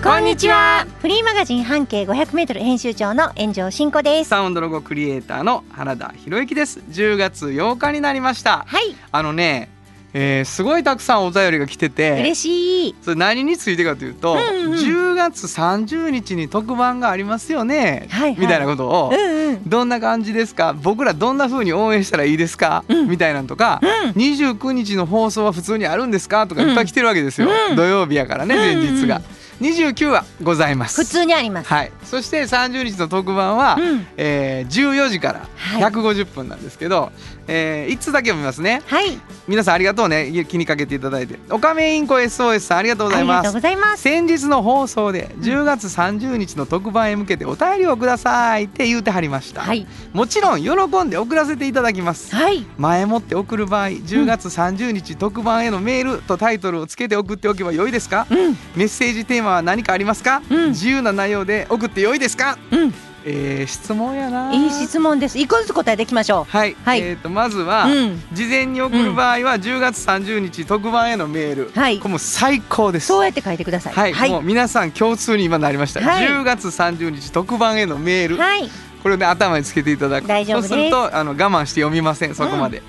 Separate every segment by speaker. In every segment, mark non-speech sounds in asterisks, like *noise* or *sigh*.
Speaker 1: こんにちは
Speaker 2: フリーマガジン半径500メートル編集長の円城信子です。は
Speaker 1: サウンドロゴクリエイターの原田博之です10月8日になりました
Speaker 2: い、
Speaker 1: あのね、えーすごいたくさんお便りが来てて
Speaker 2: 嬉しい。
Speaker 1: それ何についてかというと、
Speaker 2: うんうん
Speaker 1: 10月30日に特番がありますよね、
Speaker 2: はいはい
Speaker 1: みたいなことを、
Speaker 2: うんうん。
Speaker 1: どんな感じですか僕らどんな風に応援したらいいですか、
Speaker 2: うん
Speaker 1: みたいなんとか、29日の放送は普通にあるんですかとかいっぱい来てるわけですよ、
Speaker 2: うん
Speaker 1: 土曜日やからね前日が、29はございます
Speaker 2: 普通にあります。
Speaker 1: はい、そして30日の特番は、
Speaker 2: うん
Speaker 1: えー14時から
Speaker 2: はい
Speaker 1: 150分なんですけど、え1通だけ読みますね
Speaker 2: はい、
Speaker 1: 皆さんありがとうね気にかけていただいてオカメインコ SOS さんありがとう
Speaker 2: あ
Speaker 1: ござい
Speaker 2: り
Speaker 1: ま
Speaker 2: がとう
Speaker 1: す
Speaker 2: ございます。
Speaker 1: 先日の放送で10月30日の特番へ向けてお便りをくださいって言うてはりました、
Speaker 2: はい、
Speaker 1: もちろん喜んで送らせていただきます
Speaker 2: はい、
Speaker 1: 前もって送る場合10月30日特番へのメールとタイトルをつけて送っておけば良いですか、
Speaker 2: うん、
Speaker 1: メッセージテーマは何かありますか、
Speaker 2: うん
Speaker 1: 自由な内容で送って良いですか、
Speaker 2: うん、
Speaker 1: えー質問やない
Speaker 2: い質問です。一個ずつ答えていきましょ
Speaker 1: はい、
Speaker 2: はい
Speaker 1: えー、とまずは、
Speaker 2: うん
Speaker 1: 事前に送る場合は10月30日特番へのメール、
Speaker 2: はい
Speaker 1: これもう最高で
Speaker 2: う。
Speaker 1: す
Speaker 2: そうやって書いてください。
Speaker 1: はい、
Speaker 2: はい
Speaker 1: もう、皆さん共通に今なりました、
Speaker 2: はい
Speaker 1: 10月30日特番へのメール、
Speaker 2: はい
Speaker 1: これをね頭につけていただく
Speaker 2: 大丈夫です
Speaker 1: そうするとあの我慢して読みませんそこまで、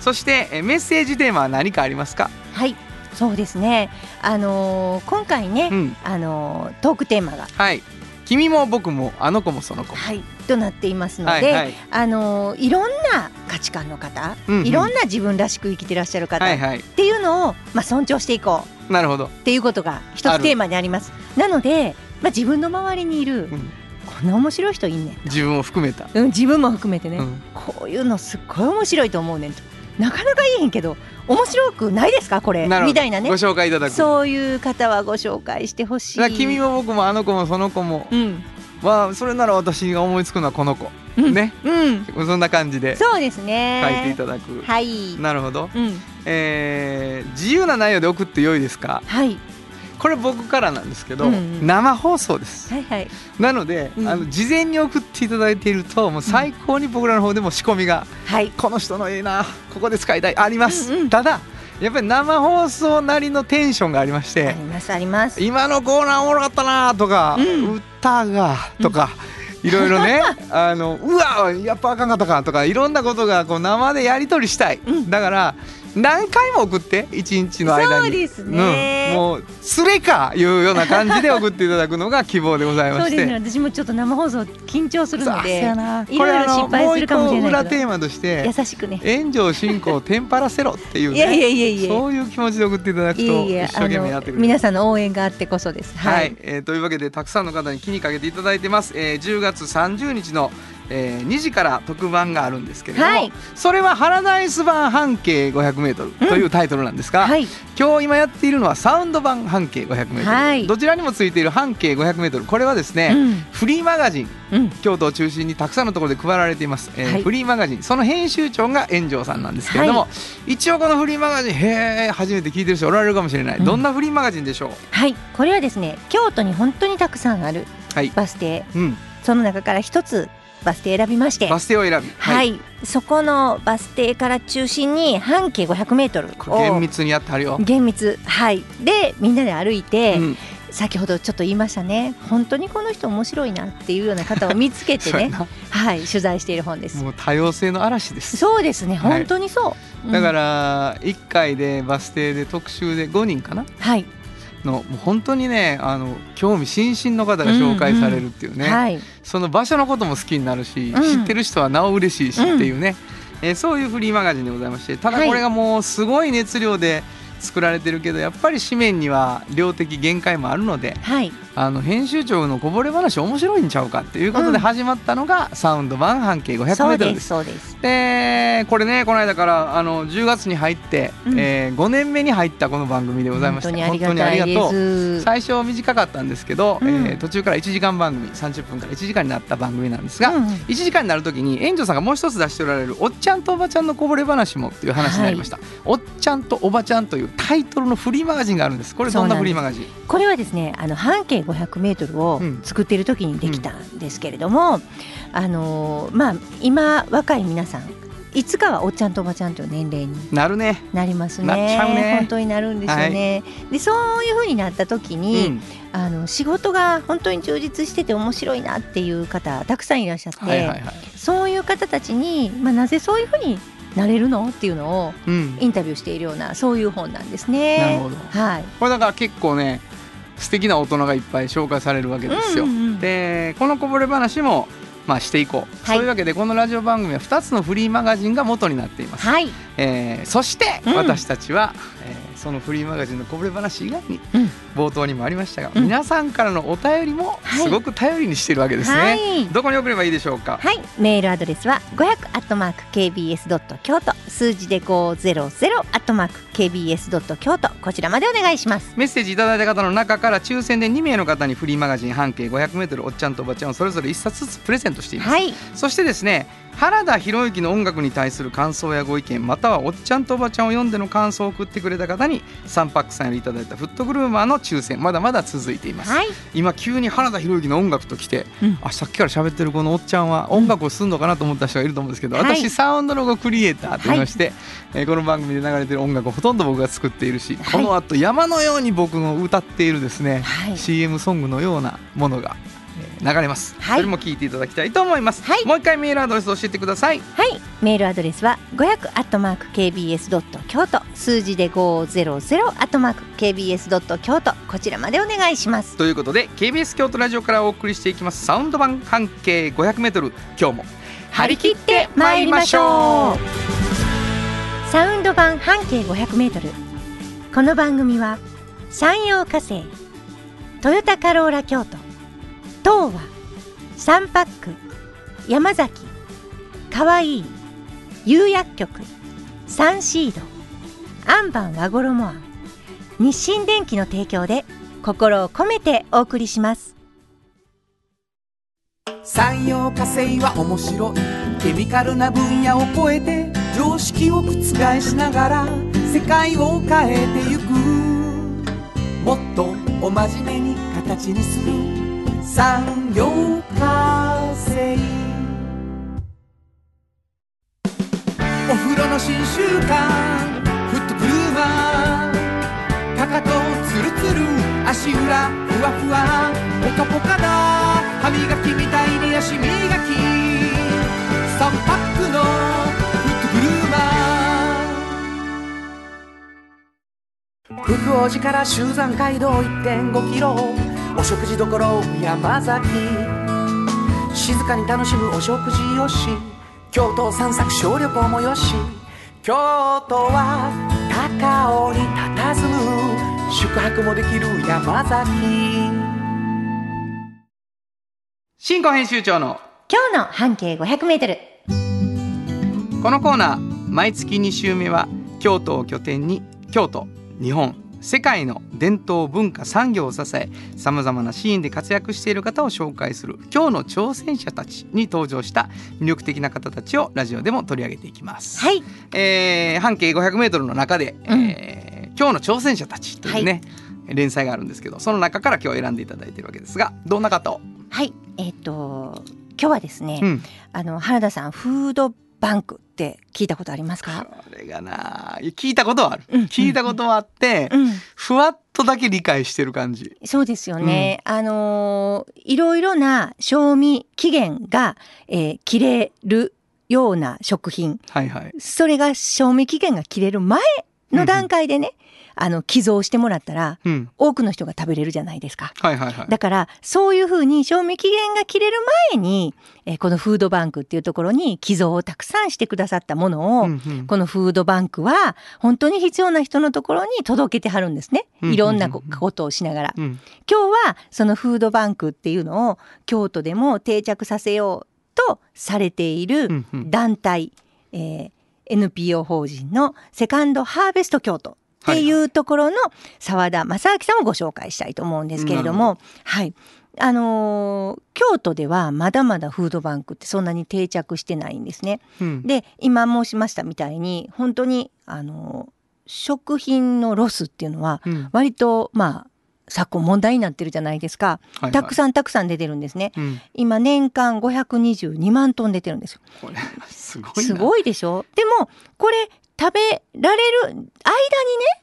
Speaker 1: そしてえメッセージテーマは何かありますか、
Speaker 2: はい、そうですね。あのー今回ね、
Speaker 1: うん、
Speaker 2: あのートークテーマが。
Speaker 1: はい君も僕もあの子もその子も
Speaker 2: はい、となっていますので、
Speaker 1: はいはい
Speaker 2: あのーいろんな価値観の方、
Speaker 1: うんうん
Speaker 2: いろんな自分らしく生きてらっしゃる方、
Speaker 1: はいはい
Speaker 2: っていうのを、まあ、尊重していこう
Speaker 1: なるほど、
Speaker 2: っていうことが一
Speaker 1: あ
Speaker 2: つ
Speaker 1: る
Speaker 2: テーマにありますなので、まあ、自分の周りにいる、
Speaker 1: うん
Speaker 2: こんな面白い人いんねん
Speaker 1: 自分を含めた、
Speaker 2: うん自分も含めてね、
Speaker 1: うん
Speaker 2: こういうのすっごい面白いと思うねんとなかなか言えへんけど面白くないですかこれ
Speaker 1: なるほど
Speaker 2: みたいなね
Speaker 1: ご紹介いただく
Speaker 2: そういう方はご紹介してほし
Speaker 1: だから
Speaker 2: い
Speaker 1: 君も僕もあの子もその子も
Speaker 2: うん
Speaker 1: はそれなら私が思いつくのはこの子、
Speaker 2: うん
Speaker 1: ね
Speaker 2: うん
Speaker 1: そんな感じで書
Speaker 2: そうですね
Speaker 1: いていただく、
Speaker 2: はい、
Speaker 1: なるほど、
Speaker 2: うん、
Speaker 1: えー自由な内容で送ってよいですか
Speaker 2: はい
Speaker 1: これ僕からなんですけど、
Speaker 2: うんうん
Speaker 1: 生放送です
Speaker 2: はいはい
Speaker 1: なので、
Speaker 2: うん
Speaker 1: あの事前に送っていただいているともう最高に僕らの方でも仕込みが、
Speaker 2: はい
Speaker 1: この人のええなここで使いたいあります、
Speaker 2: うんうん
Speaker 1: ただやっぱり生放送なりのテンションがありまし
Speaker 2: あ
Speaker 1: て
Speaker 2: り、ますあります
Speaker 1: 今のコーナーおもろかったなとか、
Speaker 2: うん
Speaker 1: 歌がとか、いろいろね *laughs* あのうわやっぱあかんかったかとかいろんなことがこう生でやり取りしたい、
Speaker 2: うん
Speaker 1: だから何回も送って一日の間
Speaker 2: そ
Speaker 1: に
Speaker 2: うですね
Speaker 1: うんもうすれかいうような感じで送っていただくのが希望でございま
Speaker 2: そう
Speaker 1: し
Speaker 2: です
Speaker 1: て
Speaker 2: ね私もちょっと生放送緊張するのでい
Speaker 1: これ
Speaker 2: ろ
Speaker 1: あ
Speaker 2: いろ失
Speaker 1: のも
Speaker 2: 敗
Speaker 1: う
Speaker 2: す
Speaker 1: 一
Speaker 2: るかもし
Speaker 1: 個
Speaker 2: れない
Speaker 1: 裏
Speaker 2: けど
Speaker 1: テーマとして
Speaker 2: 優しくね。
Speaker 1: 援助進行をテンパらせろっていう
Speaker 2: い
Speaker 1: ね
Speaker 2: やいやいやいや。
Speaker 1: そういう気持ちで送っていただくと
Speaker 2: いえいえ
Speaker 1: 一生懸命やっ
Speaker 2: あの
Speaker 1: てくれる
Speaker 2: 皆さんの応援があってこそです。
Speaker 1: は、
Speaker 2: はいい。
Speaker 1: えーというわけでたくさんの方に気にかけていただいてます、えー10月30日の、えー2時から特番があるんですけれども、
Speaker 2: はい
Speaker 1: それは「ハラダイス版半径 500m」というタイトルなんですが、
Speaker 2: はい。
Speaker 1: 今日今やっているのはサウンド版半径 500m、
Speaker 2: はい
Speaker 1: どちらにもついている半径 500m これはですね、
Speaker 2: うん
Speaker 1: フリーマガジン
Speaker 2: うん。
Speaker 1: 京都を中心にたくさんのところで配られています、えー
Speaker 2: はい
Speaker 1: フリーマガジンその編集長が炎上さんなんですけれども、
Speaker 2: は
Speaker 1: 一応このフリーマガジンへえ初めて聞いてる人おられるかもしれない、
Speaker 2: うん
Speaker 1: どんなフリーマガジンでしょう
Speaker 2: はい。これはですね、京都に本当にたくさんある
Speaker 1: はい、
Speaker 2: バス停、
Speaker 1: うん
Speaker 2: その中から一つバス停選びまして、
Speaker 1: バ
Speaker 2: は
Speaker 1: ス停を選び、
Speaker 2: い、そこのバス停から中心に半径500メートル
Speaker 1: これ厳
Speaker 2: を
Speaker 1: 密にやってはるよ、
Speaker 2: 厳密はいでみんなで歩いて、
Speaker 1: うん
Speaker 2: 先ほどちょっと言いましたね本当にこの人面白いなっていうような方を見つけて
Speaker 1: *laughs* そうや
Speaker 2: ね
Speaker 1: な
Speaker 2: はい取材している本です
Speaker 1: もう多様性の嵐です
Speaker 2: そうですね、
Speaker 1: はい
Speaker 2: 本当にそう。、
Speaker 1: だからら1回でバス停で特集で5人かな
Speaker 2: はい、
Speaker 1: のもう本当にねあの興味津々の方が紹介されるっていうね、
Speaker 2: はい、
Speaker 1: その場所のことも好きになるし、
Speaker 2: うん
Speaker 1: 知ってる人はなお嬉しいしっていうね、えーそういうフリーマガジンでございましてただ
Speaker 2: はい
Speaker 1: これがもうすごい熱量で作られてるけどやっぱり紙面には量的限界もあるので
Speaker 2: はい、
Speaker 1: あの編集長のこぼれ話面白いんちゃうかっていうこと
Speaker 2: う
Speaker 1: で
Speaker 2: ん
Speaker 1: 始まったのが、サウンド版半径 500m
Speaker 2: そう
Speaker 1: で
Speaker 2: ですす、そうです。
Speaker 1: でねこれねこの間からあの10月に入って、
Speaker 2: うん
Speaker 1: え5年目に入ったこの番組でございま
Speaker 2: 本
Speaker 1: した
Speaker 2: 当にありがたいで
Speaker 1: 本当にありがとう
Speaker 2: す。
Speaker 1: 最初短かったんですけど、
Speaker 2: うん
Speaker 1: えー途中から1時間番組30分から1時間になった番組なんですが、
Speaker 2: うん
Speaker 1: 1時間になるときに園長さんがもう一つ出しておられる「おっちゃんとおばちゃんのこぼれ話も」っていう話になりました「おっちゃんとおばちゃん」というタイトルのフリーマガジンがあるんですこれどんなフリーマガジン
Speaker 2: これはですねあの半径500メートルを
Speaker 1: うん
Speaker 2: 作っている時にできたんですけれども、あのーまあ今若い皆さんいつかはおっちゃんとおばちゃんという年齢に
Speaker 1: なるね、
Speaker 2: なりますね
Speaker 1: なっちゃうね
Speaker 2: 本当になるんですよね、でそういうふうになった時
Speaker 1: う
Speaker 2: に、
Speaker 1: ん、
Speaker 2: あの仕事が本当に充実してて面白いなっていう方たくさんいらっしゃって、
Speaker 1: はいはいはい、
Speaker 2: そういう方たちに、まあ、なぜそういうふうになれるのっていうのを
Speaker 1: うん、
Speaker 2: インタビューしているようなそういう本なんですね。
Speaker 1: なるほど
Speaker 2: はい、
Speaker 1: これだから結構ね素敵な大人がいっぱい紹介されるわけですよ、
Speaker 2: うんうんうん
Speaker 1: でこのこぼれ話もまあしていこう、
Speaker 2: はい
Speaker 1: そういうわけでこのラジオ番組は2つのフリーマガジンが元になっています、
Speaker 2: はい、
Speaker 1: えーそして
Speaker 2: うん
Speaker 1: 私たちは、えーそのフリーマガジンのこぼれ話以外に
Speaker 2: うん
Speaker 1: 冒頭にもありましたが、
Speaker 2: うん
Speaker 1: 皆さんからのお便りも
Speaker 2: はい
Speaker 1: すごく頼りにしてるわけですね、
Speaker 2: はい
Speaker 1: どこに送ればいいでしょうか
Speaker 2: はい、メールアドレスは500アットマーク kbs ドット京都、数字で500アットマーク kbs ドット京都こちらまでお願いします。
Speaker 1: メッセージいただいた方の中から抽選で2名の方にフリーマガジン半径 500m おっちゃんとおばちゃんをそれぞれ1冊ずつプレゼントしています、
Speaker 2: はい、
Speaker 1: そしてですね原田博之の音楽に対する感想やご意見またはおっちゃんとおばちゃんを読んでの感想を送ってくれた方に3パックさんよりいただいたフットグルーマーの抽選まだまだ続いています、
Speaker 2: はい、
Speaker 1: 今急に原田博之の音楽ときて、
Speaker 2: うん
Speaker 1: あさっきから喋ってるこのおっちゃんは音楽をするのかなと思った人がいると思うんですけど、
Speaker 2: はい
Speaker 1: 私サウンドロゴクリエイターと言いまして、えーこの番組で流れてる音楽をほとんど僕が作っているし、
Speaker 2: はい
Speaker 1: この後山のように僕の歌っているですね、
Speaker 2: はい
Speaker 1: CM ソングのようなものがえー流れます、
Speaker 2: はい
Speaker 1: それも聞いていただきたいと思います、
Speaker 2: はい
Speaker 1: もう一回メールアドレス教えてください
Speaker 2: はい、メールアドレスは500アットマーク kbs ドット京都、数字で500アットマーク kbs ドット京都こちらまでお願いします。
Speaker 1: ということで KBS 京都ラジオからお送りしていきますサウンド版半径 500m 今日も張り切って参りましょう
Speaker 2: うサウンド版半径 500m この番組は山陽火星トヨタカローラ京都東和サンパック山崎かわいい釉薬局サンシードアンバン和衣あん日清電機の提供で心を込めてお送りします
Speaker 3: 産業化成は面白いケミカルな分野を超えて常識を覆しながら世界を変えてゆくもっとお真面目に形にする産業化成お風呂の新習慣フットブルーマーかかとツルツル足裏ふわふわポカポカだ歯磨きみたいに足磨き3パックのフットグルーマー福王寺から集山街道1.5キロお食事どころ山崎静かに楽しむお食事よし京都を散策小旅行もよし京都は高尾に佇む宿泊もできる山崎
Speaker 1: 新庫編集長の
Speaker 2: 今日の半径 500m
Speaker 1: このコーナー毎月2週目は京都を拠点に京都日本世界の伝統文化産業を支えさまざまなシーンで活躍している方を紹介する「今日の挑戦者たち」に登場した魅力的な方たちをラジオでも取り上げていきます。
Speaker 2: はい
Speaker 1: えー半径 500m の中で、
Speaker 2: うん
Speaker 1: えー今日の挑戦者たち」というね、連載があるんですけどその中から今日選んでいただいてるわけですがどんな方を、
Speaker 2: はいえっ、と今日はですね、
Speaker 1: うん
Speaker 2: あの原田さんフードバンクって聞いたことありますか？
Speaker 1: これがなあいや聞いたことはある、
Speaker 2: うん
Speaker 1: 聞いたことはあって、
Speaker 2: うん、
Speaker 1: ふわっとだけ理解してる感じ。
Speaker 2: そうですよね。あのーいろいろな賞味期限が、えー切れるような食品、
Speaker 1: はいはい。
Speaker 2: それが賞味期限が切れる前の段階でね、あの寄贈してもらったら
Speaker 1: うん。
Speaker 2: 多くの人が食べれるじゃないですか。
Speaker 1: はいはいはい。
Speaker 2: だからそういうふうに賞味期限が切れる前に、えーこのフードバンクっていうところに寄贈をたくさんしてくださったものを、
Speaker 1: うんうん
Speaker 2: このフードバンクは本当に必要な人のところに届けてはるんですね。
Speaker 1: うんうんうん
Speaker 2: いろんなこことをしながら。
Speaker 1: うん
Speaker 2: 今日はそのフードバンクっていうのを京都でも定着させようとされている
Speaker 1: うんうん
Speaker 2: 団体、えー NPO 法人のセカンドハーベスト京都っていうところの澤田正明さんをご紹介したいと思うんですけれども、はい。あのー京都ではまだまだフードバンクってそんなに定着してないんですね。
Speaker 1: うん
Speaker 2: で今申しましたみたいに本当にあの食品のロスっていうのは
Speaker 1: うん
Speaker 2: 割とまあ昨今問題になってるじゃないですか、
Speaker 1: はい
Speaker 2: たくさんたくさん出てるんですね
Speaker 1: はいうん
Speaker 2: 今年間522万トン出てるんですよ
Speaker 1: これすごいな
Speaker 2: すごいでしょでもこれ食べられる間にね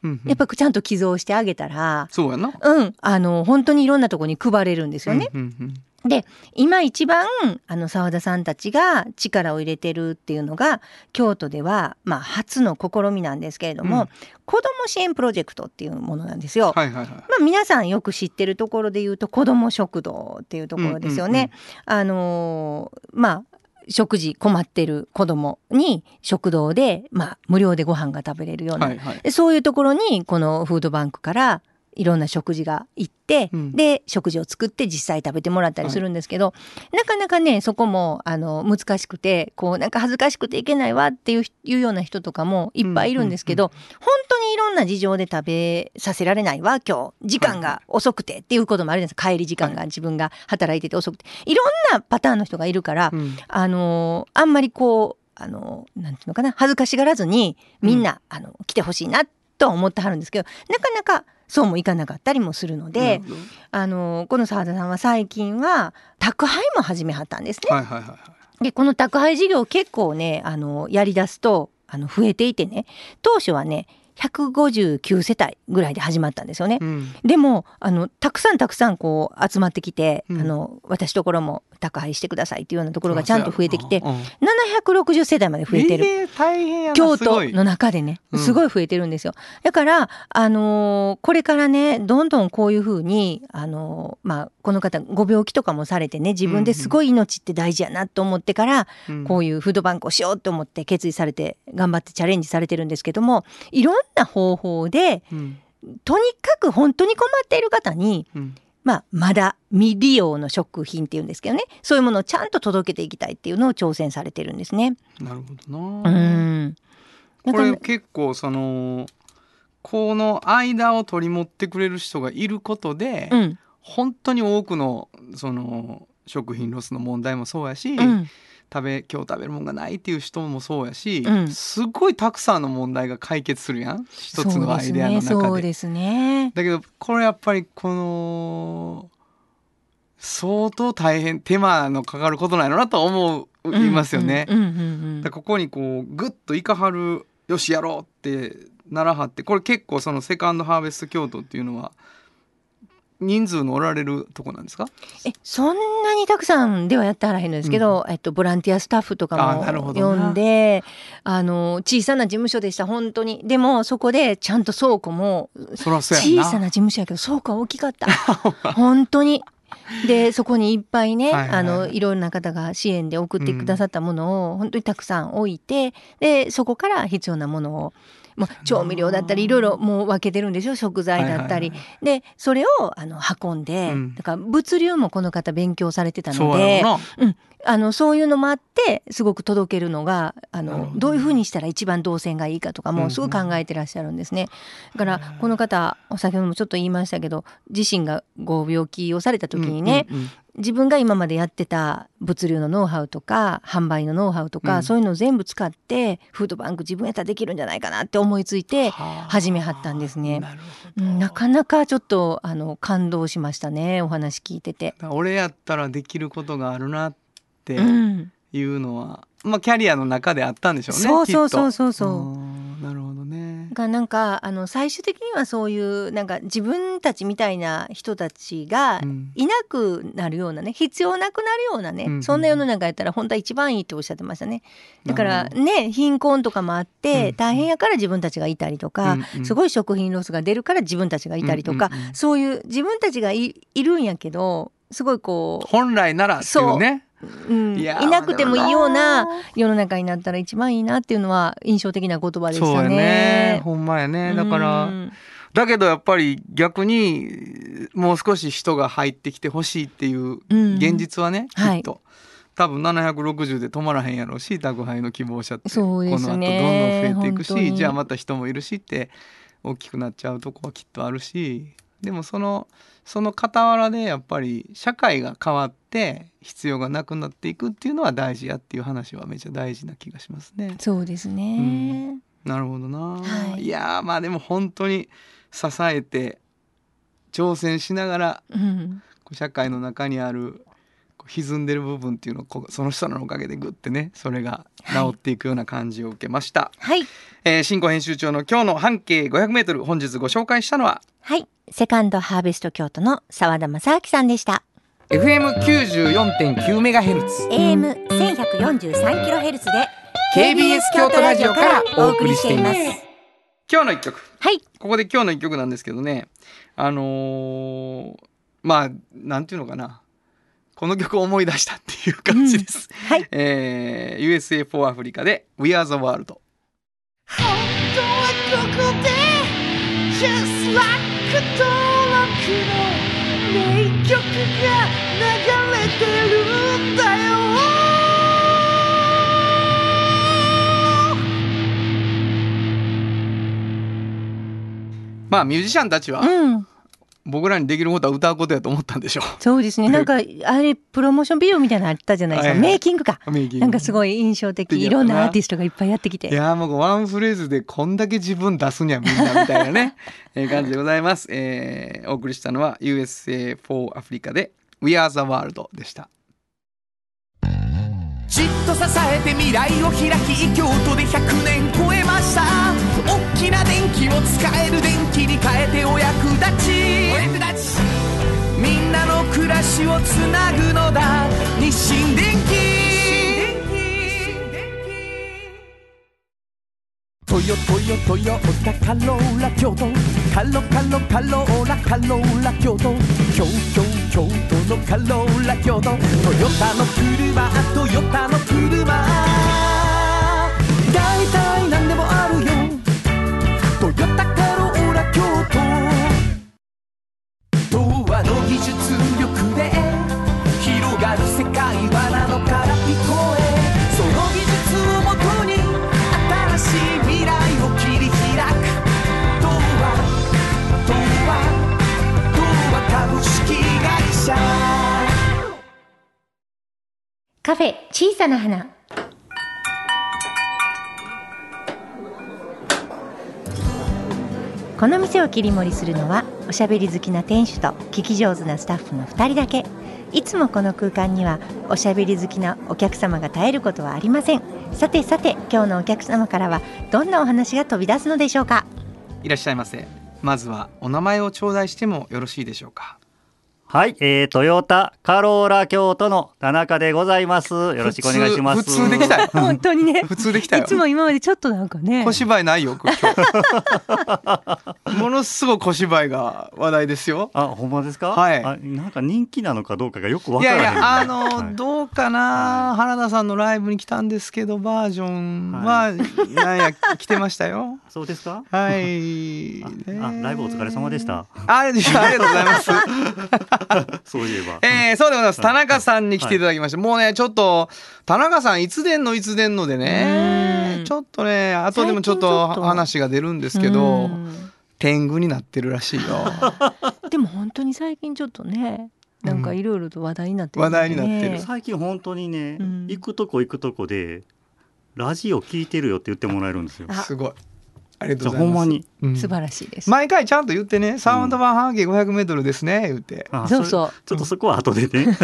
Speaker 1: うんうん
Speaker 2: やっぱちゃんと寄贈してあげたら
Speaker 1: そうやな
Speaker 2: うんあの本当にいろんなとこに配れるんですよね、
Speaker 1: うんうん
Speaker 2: で今一番あの澤田さんたちが力を入れてるっていうのが京都では、まあ、初の試みなんですけれども、
Speaker 1: うん
Speaker 2: 子ども支援プロジェクトっていうものなんですよ。
Speaker 1: うんはいはいは
Speaker 2: まあ、皆さんよく知ってるところで言うと子ども食堂っていうところですよね。あのーまあ食事困ってる子どもに食堂で、まあ、無料でご飯が食べれるよう
Speaker 1: い
Speaker 2: な
Speaker 1: はいはい
Speaker 2: でそういうところにこのフードバンクからいろんな食事が行って、
Speaker 1: うん
Speaker 2: で食事を作って実際食べてもらったりするんですけど、なかなかねそこもあの難しくてこうなんか恥ずかしくていけないわっていういうような人とかもいっぱいいるんですけど、本当にいろんな事情で食べさせられないわ今日時間が遅くてっていうこともあるじゃないですか帰り時間が自分が働いてて遅くていろんなパターンの人がいるから、
Speaker 1: うん
Speaker 2: あのあんまりこう、あのなんていうのかな、恥ずかしがらずに、みんな、あの、来てほしいな、とは思ってはるんですけど、なかなか、そうもいかなかったりもするので、
Speaker 1: なるほ
Speaker 2: あのこの澤田さんは最近は、宅配も始めはったんですね。
Speaker 1: どはいはいはいはい
Speaker 2: でこの宅配事業結構ねあのやりだすとあの増えていてね当初はね159世帯ぐらいで始まったんですよね。
Speaker 1: うん
Speaker 2: でもあのたくさんたくさんこう集まってきて、
Speaker 1: うん
Speaker 2: あの私ところも宅配してくださいっていうようなところがちゃんと増えてきて
Speaker 1: うん
Speaker 2: 760世帯まで増えてる。
Speaker 1: えー大変やな
Speaker 2: 京
Speaker 1: すご
Speaker 2: 都
Speaker 1: い
Speaker 2: の中でね
Speaker 1: うん
Speaker 2: すごい増えてるんですよ、だから、あのーこれからねどんどんこういうふうに、あのーまあ、この方ご病気とかもされてね自分ですごい命って大事やなと思ってから、
Speaker 1: うん
Speaker 2: こういうフードバンクをしようと思って決意されて頑張ってチャレンジされてるんですけどもいろんな方法で
Speaker 1: うん
Speaker 2: とにかく本当に困っている方に、
Speaker 1: うん
Speaker 2: まあ、まだ未利用の食品っていうんですけどねそういうものをちゃんと届けていきたいっていうのを挑戦されてるんですね。
Speaker 1: なるほ
Speaker 2: う
Speaker 1: どなんこれ結構そのこの間を取り持ってくれる人がいることで、
Speaker 2: うん
Speaker 1: 本当に多くのその食品ロスの問題もそうやし、
Speaker 2: うん
Speaker 1: 食べ今日食べるもんがないっていう人もそうやし、
Speaker 2: うん
Speaker 1: すごいたくさんの問題が解決するやん一つのアイデアの
Speaker 2: そ
Speaker 1: 中
Speaker 2: う
Speaker 1: で。
Speaker 2: ですね。
Speaker 1: だけどこれやっぱりこの相当大変手間のかかることなのなと思う、
Speaker 2: そうですね
Speaker 1: いますよね。
Speaker 2: うんうんうん
Speaker 1: だからここにこうグッといかはるよしやろうってならはってこれ結構そのセカンドハーベスト京都っていうのは人数のおられるとこなんですか
Speaker 2: えそんなにたくさんではやってはらへんのですけど、えっと、ボランティアスタッフとか
Speaker 1: あなるほ
Speaker 2: も
Speaker 1: どな
Speaker 2: 呼んであの小さな事務所でした本当にでもそこでちゃんと倉庫も
Speaker 1: そらそうや
Speaker 2: 小
Speaker 1: な
Speaker 2: さな事務所やけど倉庫は大きか
Speaker 1: *laughs*
Speaker 2: った本当に。でそこにいっぱいね
Speaker 1: はいはいはい
Speaker 2: あのいろんな方が支援で送ってくださったものを本当にたくさん置いて、でそこから必要なものを、まあ、調味料だったりいろいろもう分けてるんでしょ食材だったり、
Speaker 1: はいはい
Speaker 2: でそれをあの運んで、
Speaker 1: うん
Speaker 2: だから物流もこの方勉強されてた
Speaker 1: そ
Speaker 2: の
Speaker 1: うや
Speaker 2: で
Speaker 1: ろう
Speaker 2: あのそういうのもあってすごく届けるのがあ
Speaker 1: なるほど
Speaker 2: の
Speaker 1: ね
Speaker 2: どういうふうにしたら一番動線がいいかとか
Speaker 1: うんう
Speaker 2: も
Speaker 1: ん
Speaker 2: すごい考えてらっしゃるんですね。だからこの方先ほどもちょっと言いましたけど自身がご病気をされた時
Speaker 1: な
Speaker 2: にね、
Speaker 1: うんうんうん
Speaker 2: 自分が今までやってた物流のノウハウとか販売のノウハウとか、
Speaker 1: うん
Speaker 2: そういうのを全部使ってフードバンク自分やったらできるんじゃないかなって思いついて始めはったんですね。
Speaker 1: なるほ
Speaker 2: う
Speaker 1: ど
Speaker 2: んなかなかちょっとあの感動しましたねお話聞いてて。
Speaker 1: だから俺やったらできることがあるなって
Speaker 2: うん、
Speaker 1: いうのは、まあキャリアの中であったんでしょうね
Speaker 2: そうそうそう
Speaker 1: きっと
Speaker 2: そうそう
Speaker 1: うんなるほどね
Speaker 2: がなんかあの最終的にはそういうなんか自分たちみたいな人たちが
Speaker 1: うん
Speaker 2: いなくなるようなね必要なくなるようなね、
Speaker 1: うんうん
Speaker 2: そんな世の中やったら本当は一番いいっておっしゃってましたねだから
Speaker 1: なる
Speaker 2: ね貧困とかもあっ
Speaker 1: うんう
Speaker 2: て
Speaker 1: ん
Speaker 2: 大変やから自分たちがいたりとか、
Speaker 1: うんうん
Speaker 2: すごい食品ロスが出るから自分たちがいたりとか、
Speaker 1: うんうんうん
Speaker 2: そういう自分たちがいいるんやけどすごいこ
Speaker 1: 本来ならっていうね
Speaker 2: う、うん、
Speaker 1: い
Speaker 2: い
Speaker 1: や
Speaker 2: なくてもいいよう
Speaker 1: まあ
Speaker 2: な世の中になったら一番いいなっていうのは印象的な言葉でし
Speaker 1: そう
Speaker 2: た
Speaker 1: やね
Speaker 2: ね。
Speaker 1: ほんまやねだから、
Speaker 2: うん
Speaker 1: だけどやっぱり逆にもう少し人が入ってきてほしいっていう
Speaker 2: うん
Speaker 1: 現実はね、
Speaker 2: はい
Speaker 1: きっと多分760で止まらへんやろうし宅配の希望者って
Speaker 4: そうですね
Speaker 1: この後どんどん増えていく
Speaker 4: 本当
Speaker 1: し
Speaker 4: に
Speaker 1: じゃあまた人もいるしって大きくなっちゃうとこはきっとあるしでもそのその傍らでやっぱり社会が変わって必要がなくなっていくっていうのは大事やっていう話はめちゃ大事な気がしますね。
Speaker 4: そうですね、
Speaker 1: うんなるほどな、
Speaker 4: はい
Speaker 1: いやーまあでも本当に支えて挑戦しながら
Speaker 4: うん
Speaker 1: こう社会の中にあるこう歪んでる部分っていうのをこうその人らのおかげでグッてねそれが治っていくような感じを受けました、
Speaker 4: はい
Speaker 1: えー、新語編集長の今日の半径 500m 本日ご紹介したのは
Speaker 4: はいセカンドハーベスト京都の澤田正明さんでした
Speaker 1: FM94.9MHz
Speaker 4: AM 1143キロヘルツで
Speaker 1: KBS 京都ラジオからお送りしています
Speaker 4: は
Speaker 1: 今日の一曲
Speaker 4: い
Speaker 1: ここで今日の一曲なんですけどねあのーまあなんていうのかなこの曲を思い出したっていう感じです、
Speaker 4: はい
Speaker 1: えー、USA for アフリカで We Are the World まあミュージシャンたちは、
Speaker 4: うん
Speaker 1: 僕らにできることは歌うことやと思ったんでしょ
Speaker 4: そうですねなんかあれプロモーションビデオみたいなのあったじゃないですか、
Speaker 1: はいはい
Speaker 4: メイキングか
Speaker 1: う。名言
Speaker 4: なんかすごい印象的いろんなアーティストがいっぱいやってき
Speaker 1: い
Speaker 4: て
Speaker 1: やーもうワンフレーズでこんだけ自分出すにはみんなみたいな
Speaker 5: *laughs*
Speaker 1: ね、えー感じでございます、えーお送りしたのは USA for アフリカで We Are the World でした
Speaker 3: じっと支えて未来を開き京都で100年超えました大きな電気を使える電気に変えてお役立ちお役立ちみんなの暮らしをつなぐのだ日清電気トヨトヨトヨタカローラ京都カロカロカローラカローラ京都京京京都のカローラ京都トヨタの車トヨタの車大体何でもあるよトヨタカローラ京都童話の技術力で広がる世界はなのから聞こえその技術をもとに新しい未来を切り開く童話童話童話株式会社
Speaker 2: カフェ小さな花この店を切り盛りするのはおしゃべり好きな店主と聞き上手なスタッフの2人だけいつもこの空間にはおしゃべり好きなお客様が絶えることはありませんさてさて今日のお客様からはどんなお話が飛び出すのでしょうか
Speaker 1: いらっしゃいませまずはお名前を頂戴してもよろしいでしょうか
Speaker 5: はい、えー、トヨタカローラ京都の田中でございます。よろしくお願いします。
Speaker 1: 普通普通できた
Speaker 5: *laughs*
Speaker 1: よ
Speaker 4: 本当にね
Speaker 1: 普通できたよ
Speaker 4: いつも今までちょっとなんかね
Speaker 1: 小芝居ないよ
Speaker 5: *laughs*
Speaker 1: 今日ものすごい小芝居が話題ですよ
Speaker 5: あ、ほんまですか。
Speaker 1: はい
Speaker 5: あなんか人気なのかどうかがよくわ
Speaker 1: い
Speaker 5: から
Speaker 1: や
Speaker 5: ないい。
Speaker 1: やあの、
Speaker 5: はい
Speaker 1: どうかな、
Speaker 5: はい
Speaker 1: 原田さんのライブに来たんですけどバージョンは、
Speaker 5: は
Speaker 1: なんや来てましたよ
Speaker 5: そうで
Speaker 1: *laughs*
Speaker 5: すか。
Speaker 1: はい
Speaker 5: *laughs* あ
Speaker 1: ね
Speaker 5: あライブお疲れ様でした。
Speaker 1: あい
Speaker 5: *laughs*
Speaker 1: やありがとうございます
Speaker 5: そういえば。
Speaker 1: えー、そうでございます田中さんに来ていただきました、もうねちょっと田中さんいつでんのいつでんので
Speaker 4: う
Speaker 1: ね
Speaker 4: ん
Speaker 1: ちょっとねあとでもちょっと
Speaker 4: 最近ちょっと
Speaker 1: 話が出るんですけ
Speaker 4: う
Speaker 1: ど
Speaker 4: ん
Speaker 1: 天狗になってるらしいよ
Speaker 4: でも本当に最近ちょっとねなんかいろいろと話題になって
Speaker 1: うん話題になってる
Speaker 5: 最近本当にね、
Speaker 4: うん
Speaker 5: 行くとこ行くとこでラジオ聞いてるよって言ってもらえるんですよ。
Speaker 4: あ
Speaker 1: すごいありが
Speaker 5: じ
Speaker 1: と
Speaker 5: ゃ
Speaker 1: う
Speaker 5: あ
Speaker 1: ござ
Speaker 5: ほ
Speaker 1: いま、
Speaker 5: んますに。
Speaker 1: うん
Speaker 4: 素晴らしいです、
Speaker 1: 毎回ちゃんと言ってねサウンド版半径 500m ですね言っ
Speaker 5: *laughs*
Speaker 1: て
Speaker 5: あ
Speaker 4: そうそう
Speaker 5: れちょっとそこは後でね。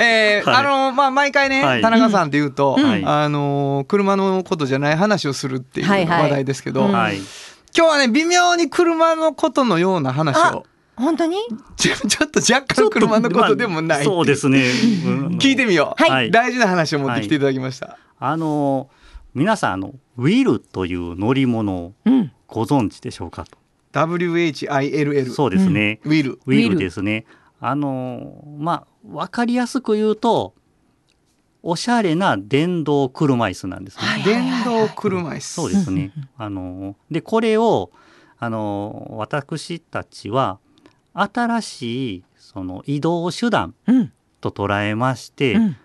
Speaker 1: えー
Speaker 5: はい
Speaker 1: あのまあ毎回ね、
Speaker 5: はい
Speaker 1: 田中さんっていうと、
Speaker 5: うんはい
Speaker 1: あの車のことじゃない話をするっていう
Speaker 4: はいはい
Speaker 1: 話題ですけど、
Speaker 4: うん
Speaker 5: はい。
Speaker 1: 今日はね微妙に車のことのような話を
Speaker 4: 本当に
Speaker 1: ちょ *laughs* ちょっと若干 *laughs* 車のことでもない、
Speaker 5: まあそ
Speaker 1: *laughs*
Speaker 5: うですね。うん
Speaker 1: 聞いてみよう、
Speaker 5: はいはい
Speaker 1: 大事な話を持ってきていただきました、
Speaker 5: あの皆さんあのウィルという乗り物を
Speaker 4: うん
Speaker 5: ご存知でしょうかと。
Speaker 1: WHILL
Speaker 5: そうですね。
Speaker 1: ウィル
Speaker 4: ん
Speaker 5: ウ
Speaker 4: ウィ
Speaker 5: ィ
Speaker 4: ル
Speaker 5: ルですね。あのまあわかりやすく言うとおしゃれな電動車椅子なんですね。
Speaker 4: はい
Speaker 1: 電動車椅子
Speaker 5: そうですね。あのでこれをあの私たちは新しいその移動手段
Speaker 4: うん
Speaker 5: と捉えまして、
Speaker 4: うん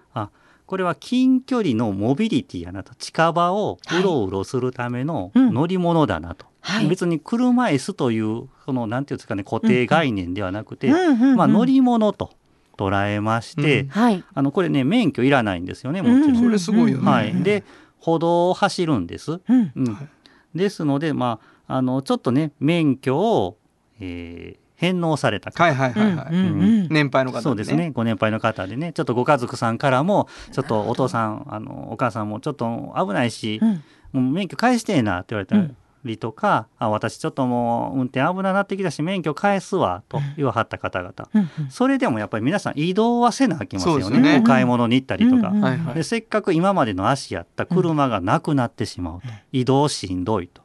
Speaker 5: これは近距離のモビリティやなと近場をうろうろするための
Speaker 4: うん
Speaker 5: 乗り物だなと、
Speaker 4: はい。
Speaker 5: 別に車椅子というそのなんていうんですかね固定概念ではなくて、
Speaker 4: うんうんうん
Speaker 5: まあ、乗り物と捉えまして、
Speaker 1: うん
Speaker 4: はい。
Speaker 5: あのこれね免許いらないんですよねもちろん。
Speaker 4: うん
Speaker 1: それすごいよね、
Speaker 5: はい、で歩道を走るんです。
Speaker 4: うん。
Speaker 5: うん
Speaker 1: はい
Speaker 5: ですので、まあ、あのちょっとね免許を、えー返納された方
Speaker 1: はいはいはいはい、
Speaker 4: うんうんうん
Speaker 1: 年配の方、ね、
Speaker 5: そうですねご年配の方でねちょっとご家族さんからもちょっとお父さんあのお母さんもちょっと危ないし、
Speaker 4: うん
Speaker 5: もう免許返してえなって言われたりとか、あ私ちょっともう運転危ななってきたし免許返すわと言わはった方々、
Speaker 4: うん
Speaker 5: それでもやっぱり皆さん移動はせなあきますよ
Speaker 1: そうで
Speaker 5: ね
Speaker 1: すね
Speaker 5: お買い物に行ったりとか、
Speaker 4: うんうん
Speaker 1: はいはい
Speaker 5: でせっかく今までの足やった車がなくなってしまうと、移動しんどいと、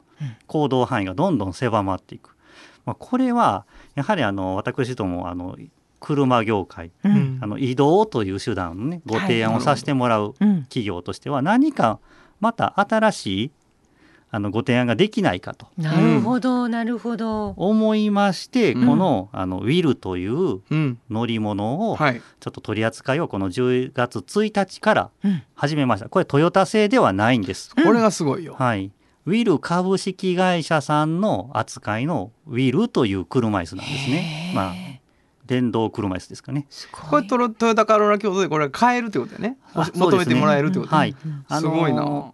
Speaker 5: 行動範囲がどんどん狭まっていく、まあ、これはやはりあの私どもあの車業界
Speaker 4: う
Speaker 1: うんん
Speaker 5: あの移動という手段のねご提案をさせてもらう
Speaker 4: うん。
Speaker 5: 企業としては何かまた新しいあのご提案ができないかと
Speaker 2: なるほど、なるほど。
Speaker 5: 思いまして、
Speaker 1: うん
Speaker 5: このあのウィルという
Speaker 1: うん
Speaker 5: 乗り物を
Speaker 1: はい
Speaker 5: ちょっと取り扱いをこの10月1日から
Speaker 4: うん
Speaker 5: 始めました。これトヨタ製ではないんです。
Speaker 1: これがすごいよ、
Speaker 5: はい。ウィル株式会社さんの扱いのウィルという車椅子なんですね。まあ電動車椅子ですかね。
Speaker 4: すご
Speaker 1: こ
Speaker 4: い。
Speaker 1: れトロトヨタカローラ京都でこれ買えるってことだよね
Speaker 5: あそう
Speaker 1: 求
Speaker 5: で
Speaker 1: め
Speaker 5: すね
Speaker 1: てもらえるってことだ
Speaker 5: は
Speaker 1: よね
Speaker 5: い。
Speaker 1: すごいな。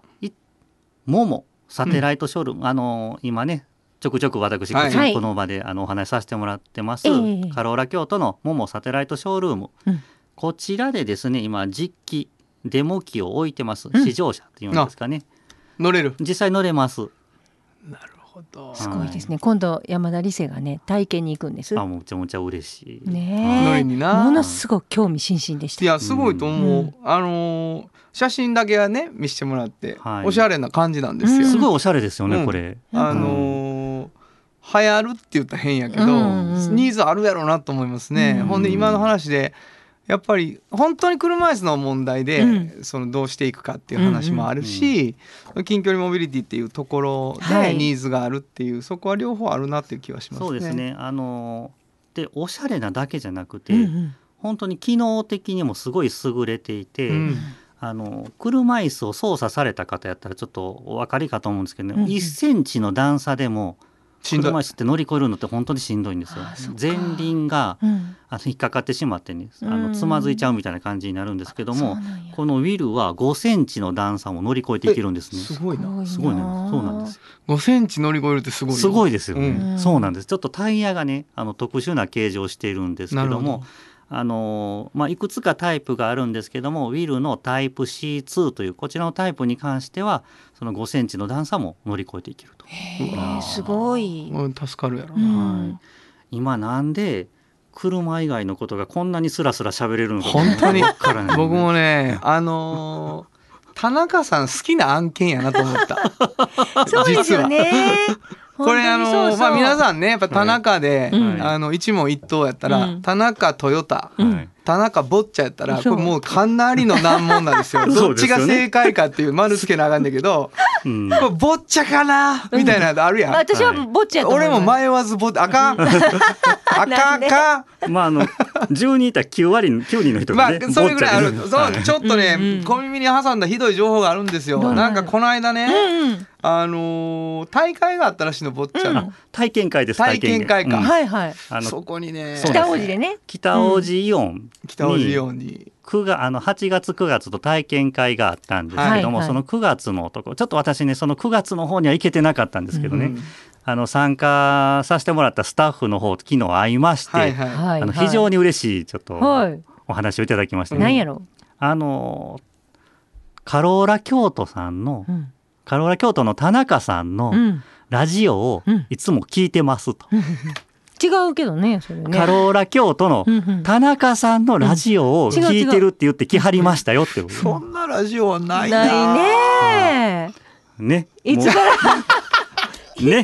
Speaker 5: モモサテライトショールーム、あの今ねちょくちょく私、
Speaker 1: はい
Speaker 5: こちらこの場であのお話しさせてもらってます、
Speaker 4: ええ
Speaker 5: カローラ京都のモモサテライトショールーム、
Speaker 4: うん
Speaker 5: こちらでですね今実機デモ機を置いてます
Speaker 4: ん
Speaker 5: 試乗車っていうんですかね、
Speaker 1: 乗れる
Speaker 5: 実際乗れます
Speaker 1: なるほど
Speaker 4: すごいですね。今度山田理世がね体験に行くんです。
Speaker 5: あむちゃむちゃ嬉しい、
Speaker 4: ねえ
Speaker 1: 乗りにな
Speaker 4: ものすごく興味津々でし
Speaker 1: い
Speaker 4: た。
Speaker 1: やすごいと思う、
Speaker 4: うん
Speaker 1: あのー写真だけはね見せてもらって、
Speaker 5: はい
Speaker 1: おしゃれな感じなんです
Speaker 4: う
Speaker 1: よ、
Speaker 4: ん
Speaker 5: すごいおしゃれですよね、
Speaker 1: うん
Speaker 5: これ
Speaker 1: あのー流行るって言ったら変やけど、
Speaker 4: うんうん
Speaker 1: ニーズあるやろうなと思いますね、
Speaker 4: うん
Speaker 1: ほんで今の話でやっぱり本当に車椅子の問題で、
Speaker 4: う
Speaker 1: そのどうしていくかっていう話もあるし、近距離モビリティっていうところ
Speaker 4: は
Speaker 1: で
Speaker 4: い
Speaker 1: ニーズがあるっていう、そこは両方あるなっていう気はしますね。
Speaker 5: そうですねあのでおしゃれなだけじゃなくて、
Speaker 4: うんうん
Speaker 5: 本当に機能的にもすごい優れていて、
Speaker 1: うん
Speaker 5: あの車椅子を操作された方やったらちょっとお分かりかと思うんですけどね、
Speaker 4: うんうん
Speaker 5: 1センチの段差でも
Speaker 1: しんどい
Speaker 5: 車椅子って乗り越えるのって本当にしんどいんですよ
Speaker 4: あそっ。か
Speaker 5: 前輪が
Speaker 4: うん
Speaker 5: あの引っかかってしまってねあ
Speaker 4: うん
Speaker 5: のつまずいちゃうみたいな感じになるんですけど
Speaker 4: そう
Speaker 5: も、
Speaker 4: なんや
Speaker 5: このウィルは5センチの段差も乗り越えていけるんですね。
Speaker 1: すごいな。
Speaker 5: すごいなんですそうなんです
Speaker 1: 5センチ乗り越えるってすごい
Speaker 5: よ。
Speaker 1: よ。
Speaker 5: すごいですよね、
Speaker 1: うん
Speaker 5: そうなんですちょっとタイヤがねあの特殊な形状をしているんですけ
Speaker 1: なる
Speaker 5: ど
Speaker 1: ほ
Speaker 5: も
Speaker 1: ど。
Speaker 5: あのまあ、いくつかタイプがあるんですけどもウィルのタイプ C2 というこちらのタイプに関してはその5センチの段差も乗り越えていけると。
Speaker 1: う
Speaker 4: えー
Speaker 1: わ
Speaker 4: すご
Speaker 1: *laughs*
Speaker 4: い。
Speaker 1: うん助かるやろ
Speaker 4: う
Speaker 1: な。
Speaker 4: ん
Speaker 5: はい今なんで車以外のことがこんなにスラスラ喋れるのか
Speaker 1: 本当に
Speaker 5: わからない
Speaker 1: 僕
Speaker 4: *laughs*
Speaker 1: もね、あのー田中さん好きな案件やなと思った。
Speaker 4: *laughs* そうですよね。
Speaker 1: これあのーまあ皆
Speaker 4: ん
Speaker 1: さんね、やっぱ田中で、
Speaker 4: うん
Speaker 1: あの一問一答やったら、
Speaker 4: うん
Speaker 1: 田中トヨタ。
Speaker 5: はい
Speaker 1: 田中ボッチャやったらこ
Speaker 4: そう
Speaker 1: れもうかなりの難問な
Speaker 4: *laughs*
Speaker 1: んですよ
Speaker 5: そ
Speaker 1: どっ
Speaker 5: うで
Speaker 1: ち
Speaker 5: すよ
Speaker 1: が
Speaker 5: ね
Speaker 1: 正解かっていう丸つけなあかんだけど
Speaker 5: うん
Speaker 1: これボッチャかなみたいなのあるやん、
Speaker 4: 私はぼっちやと思い
Speaker 1: 俺
Speaker 4: ます
Speaker 1: も迷わずボッあかんあかんか
Speaker 5: まああの10人いたら9割9人の人
Speaker 1: ま
Speaker 5: がね、
Speaker 1: あそれぐらいある
Speaker 5: ぼっち
Speaker 1: そ
Speaker 5: ゃ
Speaker 1: う
Speaker 5: で
Speaker 1: ちょっとね、
Speaker 4: うんうん
Speaker 1: 小耳に挟んだひどい情報があるんですよ
Speaker 4: どうな
Speaker 1: なんん
Speaker 4: や
Speaker 1: かこの間ね、
Speaker 4: うんうん
Speaker 1: あのー大会があったらしいのボッチャの、
Speaker 5: 体験会です
Speaker 1: 体験会か
Speaker 5: うん
Speaker 4: はいはい。
Speaker 5: あの
Speaker 1: そこにね
Speaker 5: そう
Speaker 4: 北王子でね。
Speaker 5: 北王子イオン
Speaker 1: 北大路洋に
Speaker 5: 9があの8月9月と体験会があったんですけども、
Speaker 4: はいはい
Speaker 5: その9月のとこちょっと私ねその9月の方には行けてなかったんですけどね、
Speaker 1: うん
Speaker 5: あの参加させてもらったスタッフの方と昨日会いまして、
Speaker 1: はいはい、
Speaker 4: はい
Speaker 5: あ
Speaker 4: はい。
Speaker 5: の非常に嬉しいちょっ
Speaker 4: は
Speaker 5: と
Speaker 4: い。
Speaker 5: お話をいただきまして、
Speaker 4: なんやろ
Speaker 5: あのカローラ京都さんの
Speaker 4: う。うん。
Speaker 5: カローラ京都の田中さんの
Speaker 4: うん
Speaker 5: ラジオを
Speaker 4: うん
Speaker 5: いつも聞いてますと、
Speaker 4: 違うけどね、それね。
Speaker 5: カローラ京都の
Speaker 4: うんうん
Speaker 5: 田中さんのラジオを
Speaker 4: うん違う
Speaker 5: 聞いてるって言って来はりましたよってこと
Speaker 1: そんなラジオはないな
Speaker 4: ないね。
Speaker 5: ね。
Speaker 4: いつ
Speaker 5: も
Speaker 4: から
Speaker 5: うね、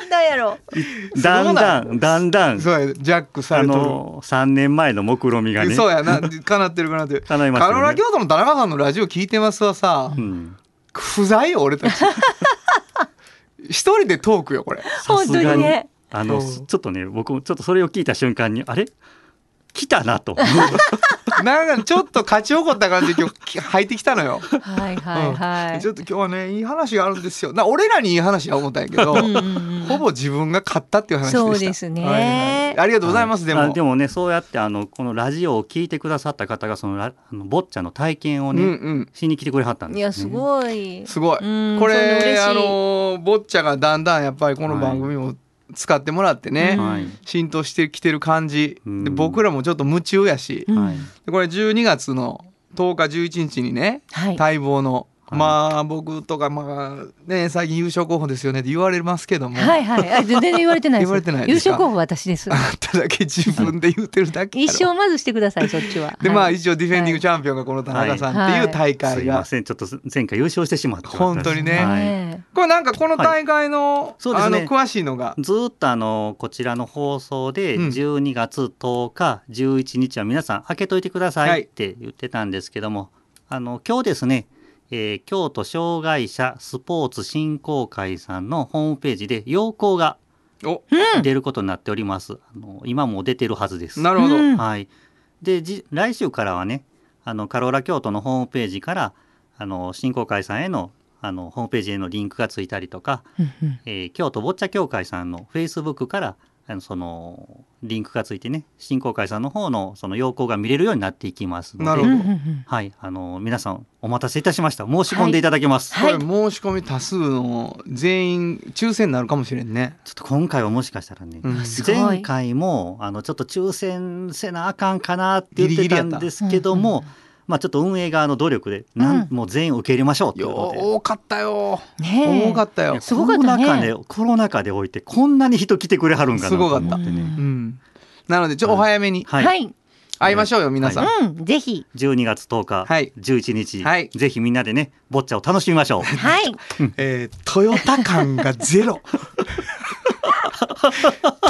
Speaker 4: なんだやろ。
Speaker 5: *laughs* だんだん、だんだん、
Speaker 1: そうやジャックさ
Speaker 5: あ
Speaker 1: れとる、
Speaker 5: の、三年前の目論みがね。
Speaker 1: そうやなかなってるかなってる
Speaker 5: 叶いました
Speaker 1: カ
Speaker 5: よね
Speaker 1: ロラ京都の田中さんのラジオ聞いてますはさ、
Speaker 5: うん
Speaker 1: 不在よ俺た
Speaker 4: *laughs*
Speaker 1: ち一人でトークよこれ
Speaker 5: さすが
Speaker 4: 本当にね
Speaker 5: あの、
Speaker 1: そう
Speaker 5: ちょっとね、僕もちょっとそれを聞いた瞬間に、あれ。来た
Speaker 1: *laughs*
Speaker 5: なと
Speaker 1: なんかちょっと勝ち誇った感じで今日き入ってきたのよ。
Speaker 2: はいはいは
Speaker 1: うん
Speaker 2: い
Speaker 1: ちょっと今日はねいい話があるんですよ。な俺らにいい話は思ったんやけど、
Speaker 2: うんうんうん
Speaker 1: ほぼ自分が勝ったっていう話でした。
Speaker 2: そうですね
Speaker 1: はいはいありがとうございます。でも
Speaker 5: あでもねそうやってあのこのラジオを聞いてくださった方がそのラあのボッチャの体験を
Speaker 1: うん
Speaker 5: ね、
Speaker 1: うん
Speaker 5: しに来てくれはったんで
Speaker 2: い
Speaker 5: す、ね、
Speaker 2: やす
Speaker 5: い
Speaker 2: ごい
Speaker 1: すごい。
Speaker 2: うん
Speaker 1: こ
Speaker 2: そんな嬉し
Speaker 1: れ
Speaker 2: い
Speaker 1: あのーボッチャがだんだんやっぱりこの番組も使ってもらってね、
Speaker 2: うん
Speaker 5: はい
Speaker 1: 浸透してきてる感じ。
Speaker 5: うん
Speaker 1: で僕らもちょっと夢中やし、
Speaker 2: うん
Speaker 5: はい
Speaker 1: でこれ12月の10日11日にね
Speaker 2: はい
Speaker 1: 待望の、
Speaker 5: はい
Speaker 1: まあ僕とかまあね最近優勝候補ですよねって言われますけども、
Speaker 2: はいはいあ全然言われてないです
Speaker 1: 言われてない
Speaker 2: 優
Speaker 1: ですか
Speaker 2: 勝候補私です
Speaker 1: あなただけ自分で言ってるだけや
Speaker 2: 一
Speaker 1: ろ
Speaker 2: 生まずしてくださいそっちは
Speaker 1: *laughs* でまあ
Speaker 2: はい
Speaker 1: 一応ディフェンディングチャンピオンがこの田中さんっていう大
Speaker 5: す
Speaker 1: 会
Speaker 5: い
Speaker 1: が、
Speaker 5: ませんちょっと前回優勝してしまった
Speaker 1: 本当にね
Speaker 5: はい、
Speaker 2: ね
Speaker 1: これなんかこの大会の、
Speaker 5: そうで
Speaker 1: あ
Speaker 5: す
Speaker 1: の
Speaker 5: ね
Speaker 1: 詳しいのが
Speaker 5: ずーっとあのこちらの放送で
Speaker 1: うん
Speaker 5: 12月10日、11日は皆さん開けといてくださ
Speaker 1: はい
Speaker 5: いって言ってたんですけども、あの今日ですね、えー京都障害者スポーツ振興会さんのホームページで要項が
Speaker 1: お
Speaker 5: 出ることになっております、あの今も出てるはずです。
Speaker 1: なるほど、
Speaker 2: うん
Speaker 5: はい、でじ来週からはねあのカローラ京都のホームページからあの振興会さんへのあのホームページへのリンクがついたりとか、
Speaker 2: うんうん
Speaker 5: えー京都ボッチャ協会さんのフェイスブックからあのそのリンクがついてね振興会さんの方のその要項が見れるようになっていきますので
Speaker 1: なるほ
Speaker 2: うん
Speaker 1: ど
Speaker 2: うんうん
Speaker 5: はい、あの皆さんお待たせいたしました申し込んでいただけます、
Speaker 2: はい
Speaker 1: これ申し込み多数の全員抽選になるかもしれんね、
Speaker 5: ちょっと今回はもしかしたらね、
Speaker 1: うん
Speaker 2: あすごい
Speaker 5: 前回もあのちょっと抽選せなあかんかなって言ってたんですけどもまあ、ちょっと運営側の努力でなん、もう全員受け入れましょうという
Speaker 1: よ
Speaker 5: ことで。
Speaker 1: 多かったよ、
Speaker 2: ねえ
Speaker 1: 多かったよ
Speaker 5: いや
Speaker 2: すごかったね
Speaker 5: コロナ禍でコロナ禍でおいてこんなに人来てくれはるんかなと思
Speaker 1: すごかった
Speaker 5: てね
Speaker 1: う。んなのでちょっとお早めに
Speaker 5: はい、
Speaker 2: はい
Speaker 1: 会いましょうよ皆さん、
Speaker 2: うんぜ
Speaker 1: *laughs*
Speaker 2: ひ
Speaker 5: 12月10日、
Speaker 1: はい
Speaker 5: 11日、
Speaker 1: はい
Speaker 5: ぜひみんなでねボッチャを楽しみましょう。
Speaker 2: はい
Speaker 1: えー、トヨタ感がゼロ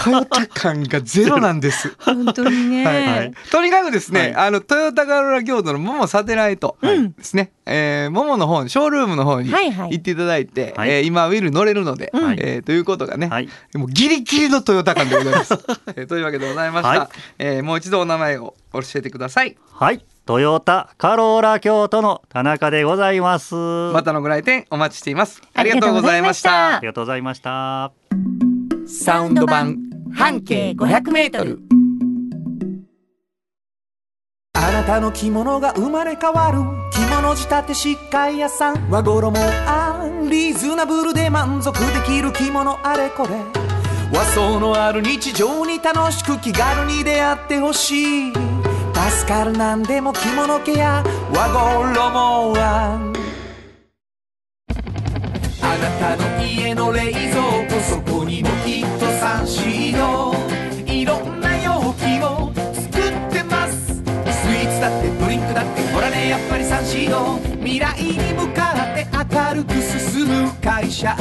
Speaker 1: トヨタ感がゼロなんです
Speaker 2: 本当にね、
Speaker 1: *laughs* はい
Speaker 5: はい
Speaker 1: とにかくですね、
Speaker 5: はい
Speaker 1: あのトヨタカローラ京都のモモサテライト
Speaker 2: うん
Speaker 1: ですね、えーモモの方にショールームの方に
Speaker 2: はいはい
Speaker 1: 行っていただいて、
Speaker 5: はい
Speaker 1: えー今ウィル乗れるので、
Speaker 5: うん
Speaker 1: えーということがね、
Speaker 5: はい、
Speaker 1: もうギリギリのトヨタ感でございます、えーというわけでございました、
Speaker 5: はい
Speaker 1: えーもう一度お名前を教えてください
Speaker 5: はい、トヨタカローラ京都の田中でございます。
Speaker 1: またのご来店お待ちしていますありがとうございまし
Speaker 2: ありがとうござい
Speaker 1: た
Speaker 2: ました
Speaker 5: ありがとうございました。
Speaker 1: サウンド版
Speaker 6: 半径500メートル
Speaker 3: あなたの着物が生まれ変わる着物仕立て疾患屋さん和衣もアンリーズナブルで満足できる着物あれこれ和装のある日常に楽しく気軽に出会ってほしい助かるなんでも着物ケア和衣もアンあなたの家の冷蔵庫そこにもきっとサンシードいろんな容器を作ってますスイーツだってドリンクだってほらねやっぱりサンシード未来に向かって明るく進む会社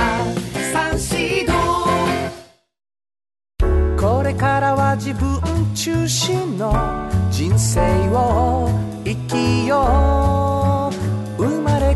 Speaker 3: サンシードこれからは自分中心の人生を生きよう生まれ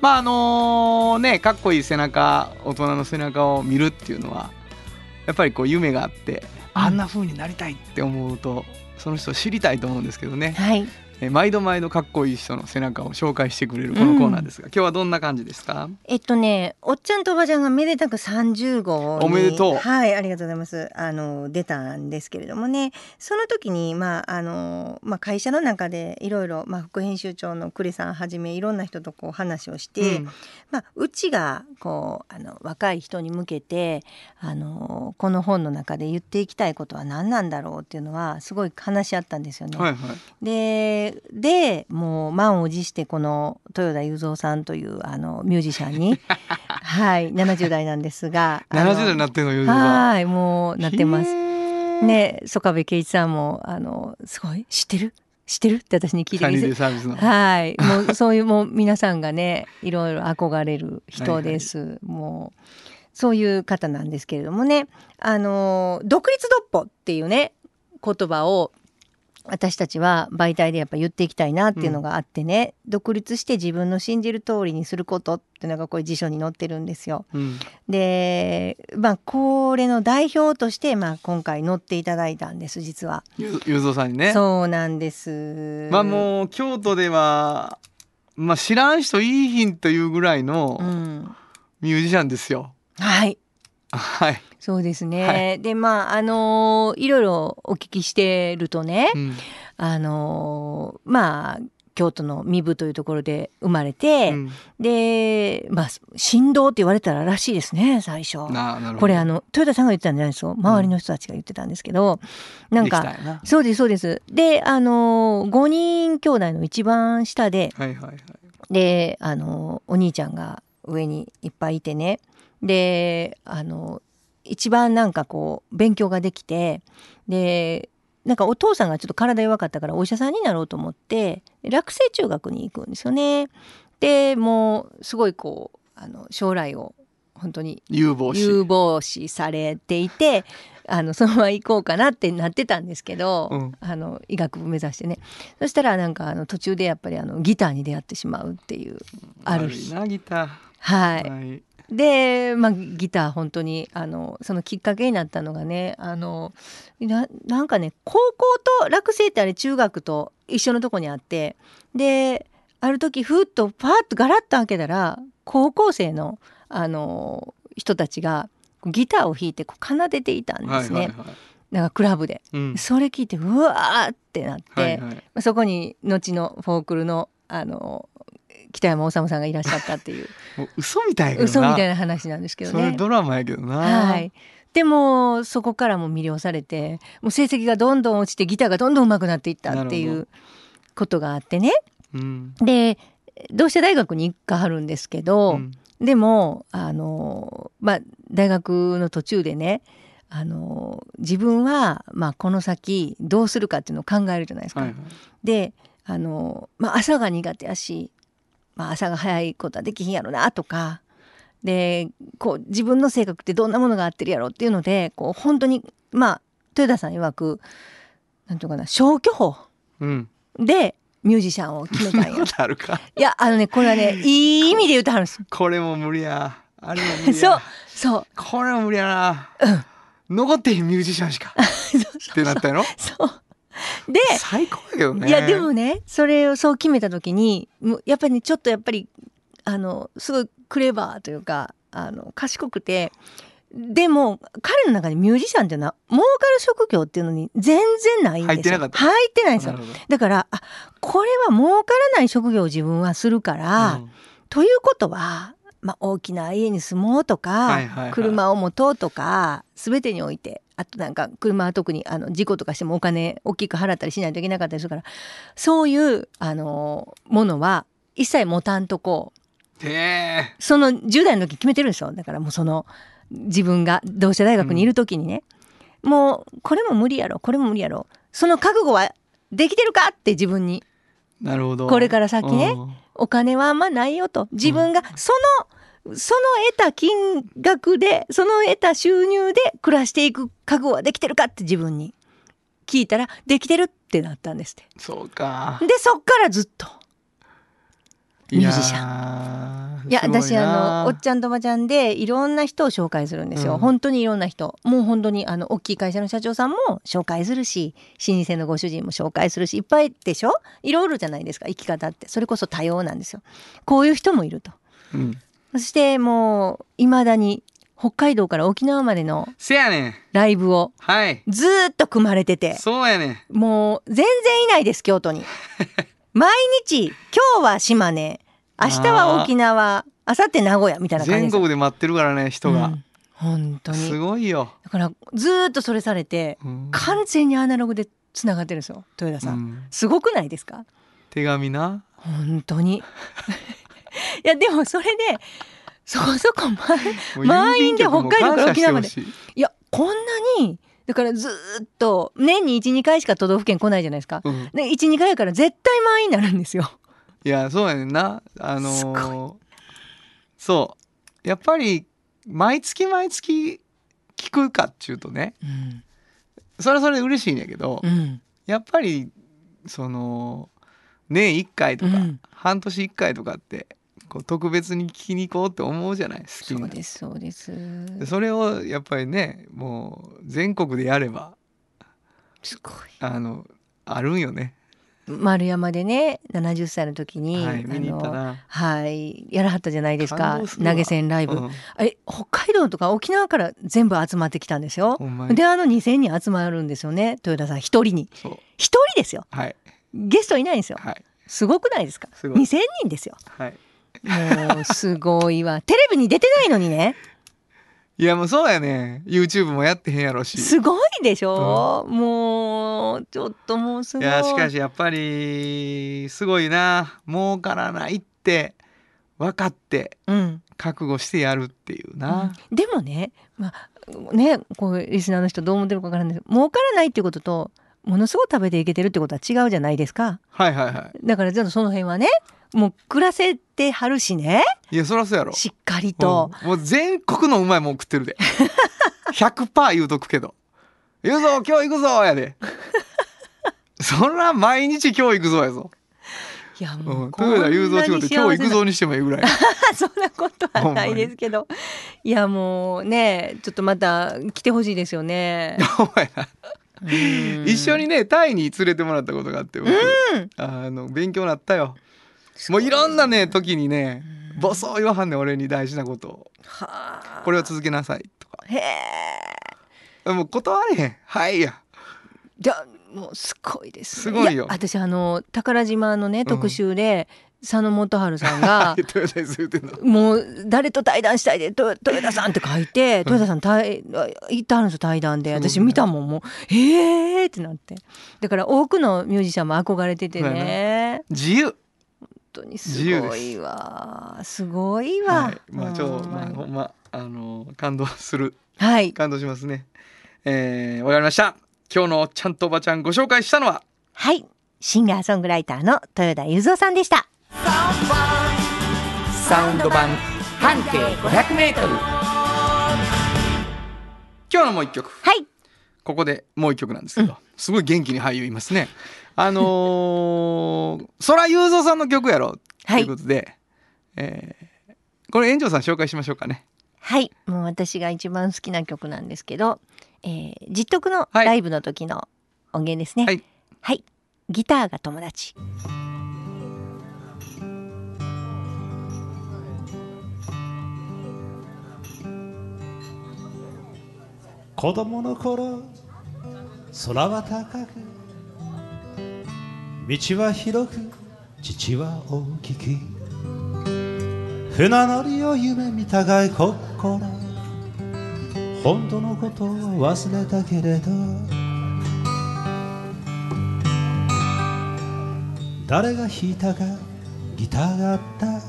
Speaker 1: まああのねかっこいい背中大人の背中を見るっていうのはやっぱりこう夢があってあんな風になりたいって思うとその人を知りたいと思うんですけどね
Speaker 2: はい
Speaker 1: え毎度毎度かっこいい人の背中を紹介してくれるこのコーナーですが、今日はどんな感じですか
Speaker 2: えっとね、おっちゃんとおばちゃんがめでたく30号に
Speaker 1: おめでとう
Speaker 2: はい、ありがとうございます。あの出たんですけれどもね、その時にまああのまあ会社の中でいろいろまあ副編集長の呉さんはじめいろんな人とこう話をして、
Speaker 1: うん
Speaker 2: まあうちがこうあの若い人に向けてあのこの本の中で言っていきたいことは何なんだろうっていうのはすごい話し合ったんですよね。
Speaker 1: はいはい
Speaker 2: ででもう満を持してこの豊田雄三さんというあのミュージシャン
Speaker 1: *laughs*
Speaker 2: にはい70代なんですがあの
Speaker 1: 70代になってるのよ
Speaker 2: はい
Speaker 1: *laughs*
Speaker 2: もうなってます。
Speaker 1: ね
Speaker 2: ね曽我部圭一さんもあのすごい知ってる
Speaker 7: 知ってるって私に聞いて
Speaker 1: サ
Speaker 7: み
Speaker 1: ニー
Speaker 7: て
Speaker 1: デイサービスの
Speaker 7: はい、もうそういうもう皆さんが
Speaker 2: *laughs*
Speaker 7: ね、いろいろ憧れる人です。もう
Speaker 2: そういう方なんですけれどもね、あの独立独歩っていうね言葉を私たちは媒体でやっぱ言っていきたいなっていうのがあってね、独立して自分の信じる通りにすることっていうのがこれ辞書に載ってるんですよ。
Speaker 1: うん
Speaker 2: で、まあこれの代表としてまあ今回載っていただいたんです実は。
Speaker 1: ゆゆうぞうさんにね
Speaker 2: そうなんです。
Speaker 1: まあもう京都ではまあ知らん人いいひんというぐらいの
Speaker 2: うん、
Speaker 1: ミュージシャンですよ、 *laughs*
Speaker 2: はい。
Speaker 1: はい、
Speaker 2: そうですね、
Speaker 1: は
Speaker 2: でまああのいろいろお聞きしてるとね、
Speaker 1: うん
Speaker 2: あのーまあ京都の壬生というところで生まれて、
Speaker 1: うん
Speaker 2: でまあ神道って言われたららしいですね最初。
Speaker 1: ななるほど
Speaker 2: これあの豊田さんが言ってたんじゃないですよ周りの人たちが言ってたんですけど、なん
Speaker 1: でき
Speaker 2: か
Speaker 1: たよな
Speaker 2: そうですそうですであの5人兄弟の一番下で
Speaker 1: はいはいはい
Speaker 2: であのお兄ちゃんが上にいっぱいいてねであの一番なんかこう勉強ができてでなんかお父さんがちょっと体弱かったからお医者さんになろうと思って落成中学に行くんですよね。でもうすごいこうあの将来を本当に
Speaker 1: 有望視
Speaker 2: 有望視されていてあのそのまま行こうかなってなってたんですけど、
Speaker 1: うん
Speaker 2: あの医学部目指してねそしたらなんかあの途中でやっぱりあのギターに出会ってしまうっていうある
Speaker 1: 悪い
Speaker 2: 日。
Speaker 1: なギタ
Speaker 2: は
Speaker 1: ー
Speaker 2: い、
Speaker 1: はい
Speaker 2: で、まあ、ギター本当にあのそのきっかけになったのがねあのななんかね高校と落成ってあれ中学と一緒のとこにあってである時ふっとパーッとガラッと開けたら高校生のあの人たちがギターを弾いてこう奏でていたん
Speaker 1: は
Speaker 2: で
Speaker 1: い
Speaker 2: す
Speaker 1: はい
Speaker 2: ね、
Speaker 1: はい
Speaker 2: なんかクラブで。
Speaker 1: うん
Speaker 2: それ聞いてうわーってなって、
Speaker 1: はいはい
Speaker 2: そこに後のフォークルのあの北山修さんがいらっしゃったって
Speaker 1: *laughs*
Speaker 2: いう
Speaker 1: もう嘘みたいやけどな
Speaker 2: 嘘みたいな話なんですけど
Speaker 1: それ
Speaker 2: ね。
Speaker 1: ドラマやけどな
Speaker 2: はい、でもそこからも魅了されてもう成績がどんどん落ちてギターがどんどん上手くなっていったってい
Speaker 1: なるほ
Speaker 2: うことがあってね
Speaker 1: うん
Speaker 2: で同志社大学に行かはるんですけど、
Speaker 1: うん
Speaker 2: でもあの、まあ、大学の途中でねあの自分は、まあ、この先どうするかっていうのを考えるじゃないですか。
Speaker 1: はいはい
Speaker 2: であの、まあ、朝が苦手やし、まあ、朝が早いことはできひんやろなとかでこう自分の性格ってどんなものが合ってるやろっていうのでこう本当にまあ豊田さん曰くなんていうのかな消去法
Speaker 1: うん
Speaker 2: でミュージシャンを決め
Speaker 1: *laughs*
Speaker 2: たんよ。
Speaker 1: あるか
Speaker 2: いやあのねこれはねいい意味で言うとはるんです。
Speaker 1: これも無理やあれも無理や
Speaker 2: *laughs* そうそう
Speaker 1: これも無理やな、残ってへんミュージシャン
Speaker 2: *laughs*
Speaker 1: しかってなったやろ
Speaker 2: そう。で
Speaker 1: 最高だけどね
Speaker 2: いやでもねそれをそう決めた時にもうやっぱりねちょっとやっぱりあのすごいクレバーというかあの賢くてでも彼の中にミュージシャンっていうのは儲かる職業っていうのに全然ないんですよ
Speaker 1: 入ってなかった
Speaker 2: 入ってないんです
Speaker 1: なる
Speaker 2: よ
Speaker 1: ほど
Speaker 2: だからあこれは儲からない職業を自分はするから、
Speaker 1: うん
Speaker 2: ということは、まあ、大きな家に住もうとか、
Speaker 1: はいはいはい
Speaker 2: 車を持とうとか全てにおいてあとなんか車は特にあの事故とかしてもお金大きく払ったりしないといけなかったりするからそういうあのものは一切持たんとこう
Speaker 1: へえ
Speaker 2: その10代の時決めてるんですよだからもうその自分が同志社大学にいる時にね、もうこれも無理やろこれも無理やろその覚悟はできてるかって自分に
Speaker 1: なるほど
Speaker 2: これから先ね
Speaker 1: うん
Speaker 2: お金はあんまないよと自分がその、その得た金額でその得た収入で暮らしていく覚悟はできてるかって自分に聞いたらできてるってなったんですっ
Speaker 1: そうか
Speaker 2: てでそっからずっとミュージシ
Speaker 1: ャ
Speaker 2: いや私あのおっ
Speaker 1: ゃ
Speaker 2: ちゃんとおばちゃんでいろんな人を紹介するんですよ、
Speaker 1: うん
Speaker 2: 本当にいろんな人もう本当にあの大きい会社の社長さんも紹介するし老舗のご主人も紹介するしいっぱいでしょいろいろじゃないですか生き方ってそれこそ多様なんですよこういう人もいると
Speaker 1: ん、うん、
Speaker 2: そしてもういまだに北海道から沖縄までの
Speaker 1: せやねん
Speaker 2: ライブを
Speaker 1: はい
Speaker 2: ずーっと組まれてて
Speaker 1: そうやねん
Speaker 2: もう全然いないです京
Speaker 1: *laughs*
Speaker 2: 都に毎日今日は島根明日は沖縄明後日名古屋みたいな感じ
Speaker 1: 全
Speaker 2: です
Speaker 1: 国で待ってるからね人
Speaker 2: う
Speaker 1: が、
Speaker 2: ん本当
Speaker 1: す
Speaker 2: に
Speaker 1: ごいよ、
Speaker 2: だからずーっとそれされて
Speaker 1: うん
Speaker 2: 完全にアナログでつながってるんですよ豊田さん、
Speaker 1: うん
Speaker 2: すごくないですか
Speaker 1: 手紙な
Speaker 2: 本当に *laughs* いやでもそれでそこそこま
Speaker 1: もう郵便局も
Speaker 2: 満員で北海道から
Speaker 1: 感謝してほしい
Speaker 2: いやこんなにだからずーっと年に12回しか都道府県来ないじゃないですか。
Speaker 1: うん、
Speaker 2: で12回やから絶対満員になるんですよ。
Speaker 1: いやそうやねんなあの
Speaker 2: す
Speaker 1: ーそうやっぱり毎月毎月聞くかっちゅうとね
Speaker 2: うん
Speaker 1: それはそれで嬉しいんやけど、
Speaker 2: うん
Speaker 1: やっぱりその年1回とか、
Speaker 2: うん
Speaker 1: 半年1回とかってこう特別に聞きに行こうって思うじゃない好き
Speaker 2: そ
Speaker 1: にな
Speaker 2: う
Speaker 1: って
Speaker 2: ですそうです。
Speaker 1: でそれをやっぱりねもう全国でやれば
Speaker 2: すごい。
Speaker 1: あのあるんよね、
Speaker 2: 丸山でね70歳の時に、
Speaker 1: はい見に行った
Speaker 2: あの
Speaker 1: な
Speaker 2: はいやらはったじゃないです
Speaker 1: 感
Speaker 2: か
Speaker 1: 動するわ
Speaker 2: 投げ銭ライブ、
Speaker 1: うん
Speaker 2: あれ北海道とか沖縄から全部集まってきたんですよ
Speaker 1: ほんまに
Speaker 2: であの2,000人集まるんですよね豊田さん一人に
Speaker 1: そう
Speaker 2: 一人ですよ
Speaker 1: はい
Speaker 2: ゲストいないんですよ
Speaker 1: はい
Speaker 2: すごくないですか
Speaker 1: すごい
Speaker 2: 2,000人ですよ
Speaker 1: はい
Speaker 2: もうすごいわテレビに出てないのにね
Speaker 1: いやもうそうやね YouTube もやってへんやろし
Speaker 2: すごいでしょ、もうちょっともうす
Speaker 1: い
Speaker 2: ごい
Speaker 1: やしかしやっぱりすごいな儲からないって分かって
Speaker 2: うん
Speaker 1: 覚悟してやるっていうな、
Speaker 2: でもね、まあ、ね、こうリスナーの人どう思ってるかわからないですけど、儲からないっていうことと。ものすごい食べていけてるってことは違うじゃないですか。
Speaker 1: はいはいは
Speaker 2: だから、ちょっとその辺はね、もう暮らせてはるしね、
Speaker 1: いいやそらそうやろ
Speaker 2: しっかりと。
Speaker 1: うんもう全国のうまいもん食って
Speaker 2: *laughs*
Speaker 1: るで100%言うとくけど「言うぞ今日行くぞ」やでそら毎日今日行くぞやぞ、
Speaker 2: いや、
Speaker 1: う
Speaker 2: も
Speaker 1: ん、
Speaker 2: うこんな
Speaker 1: 豊
Speaker 2: に幸
Speaker 1: 田
Speaker 2: せ
Speaker 1: 雄
Speaker 2: な。
Speaker 1: 三仕事今日行くぞにしてもいいぐらい
Speaker 2: *laughs* そんなことはないですけど。いや、もうね、ちょっとまた来てほしいですよね。
Speaker 1: お前ら
Speaker 2: うん
Speaker 1: 一緒にねタイに連れてもらったことがあって僕、あの勉強なったよもういろんなね時にねボソ言わはんねん俺に大事なことを
Speaker 2: はあ
Speaker 1: これを続けなさいとか
Speaker 2: へえ。
Speaker 1: もう断れへんはいや
Speaker 2: じゃあもうすごいです、ね。
Speaker 1: すごい
Speaker 2: や
Speaker 1: よ
Speaker 2: 私あの宝島のね特集で、佐野元春さん
Speaker 1: *laughs*
Speaker 2: が
Speaker 1: 豊田雄三言うてんの
Speaker 2: もう誰と対談したいでと豊田さんって書いて豊田さん対行ってはるんですよ対談で
Speaker 1: そうね
Speaker 2: 私見たもんもうえーってなってだから多くのミュージシャンも憧れてて
Speaker 1: そう
Speaker 2: ね
Speaker 1: 自由
Speaker 2: 本当に
Speaker 1: 自
Speaker 2: す
Speaker 1: 由
Speaker 2: ご
Speaker 1: で
Speaker 2: い
Speaker 1: す
Speaker 2: わすごいわ、
Speaker 1: はい、まあちょっと、まあ、
Speaker 2: うん
Speaker 1: ほんまあの感動する
Speaker 2: はい
Speaker 1: 感動しますねえー、わかりました今日のおっちゃんとおばちゃんご紹介したのは
Speaker 8: はいシンガーソングライターの豊田雄三さんでした
Speaker 1: サウンド版半径 500m 今日のもう一曲
Speaker 8: はい
Speaker 1: ここでもう一曲なんですけど、すごい元気に俳優いますねあのー、 *laughs* 空雄三さんの曲やろと
Speaker 8: はいいう
Speaker 1: ことで、えーこれ園長さん紹介しましょうかね
Speaker 8: はいもう私が一番好きな曲なんですけど、えー、実得のライブの時の音源ですね
Speaker 1: はい、
Speaker 8: はい、ギターが友達
Speaker 9: 子供の頃空は高く道は広く父は大きく船乗りを夢見たがい心本当のことを忘れたけれど誰が弾いたかギターがあった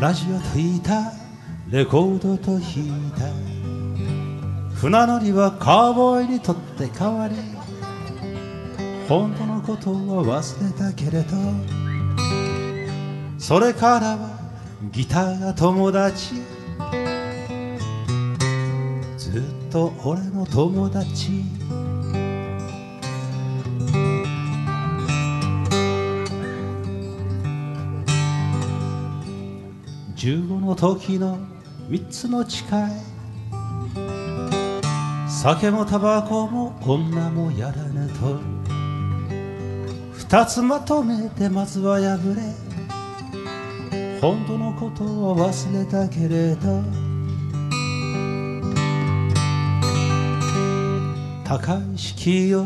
Speaker 9: ラジオと言いたレコードと弾いた船乗りはカウボーイにとって変わり本当のことは忘れたけれどそれからはギターが友達ずっと俺の友達15の時の3つの誓い酒もタバコも女もやらぬと二つまとめてまずは破れ本当のことは忘れたけれど高い敷居を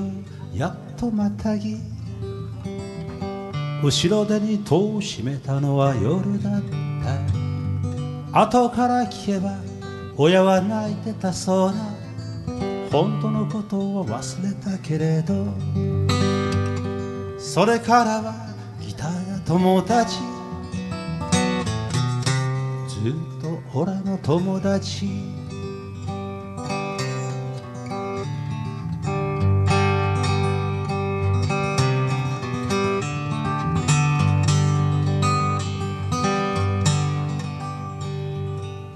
Speaker 9: やっとまたぎ後ろ手に戸を閉めたのは夜だった後から聞けば親は泣いてたそうな本当のことを忘れたけれどそれからはギターが友達ずっと俺の友達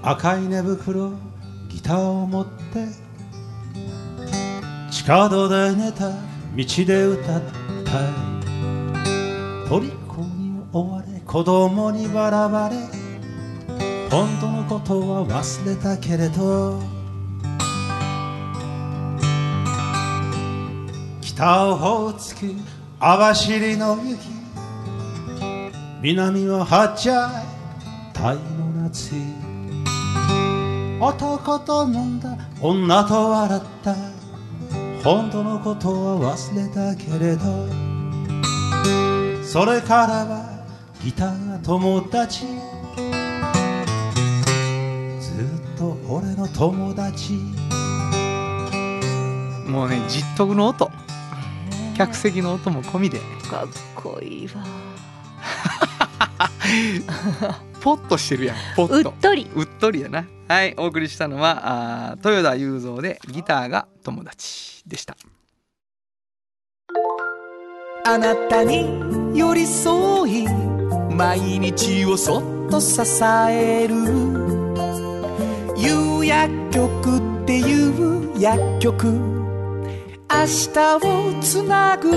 Speaker 9: 赤い寝袋ギターを持って地下道で寝た道で歌った虜に追われ子供に笑われ本当のことは忘れたけれど北オホーツク網走の雪南は八茶タイの夏男と飲んだ女と笑った本当のことは忘れたけれどそれからはギターが友達ずっと俺の友達
Speaker 1: もうねジットグの音客席の音も込みで
Speaker 7: かっこいいわ
Speaker 1: ポッとしてるやんポ
Speaker 7: う
Speaker 1: ッ
Speaker 7: っ
Speaker 1: と
Speaker 7: とり
Speaker 1: うっとりやなはいお送りしたのはあー豊田雄三でギターが友達でした
Speaker 3: あなたに寄り添い毎日をそっと支える有薬局っていう薬局明日をつなぐ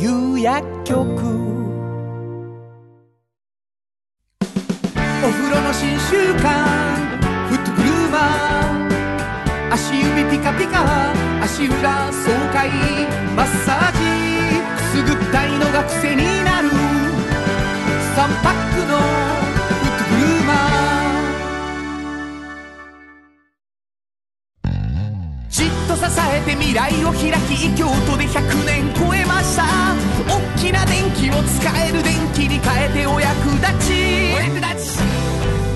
Speaker 3: 有薬局お風呂の新習慣フットグルーマー足指ピカピカ足裏爽快マッサージくすぐったいのが癖になる三パックのフットグルーマーじっと支えて未来を開き京都で100年超えました大きな電気を使える電気に変えてお役立ちお役立ち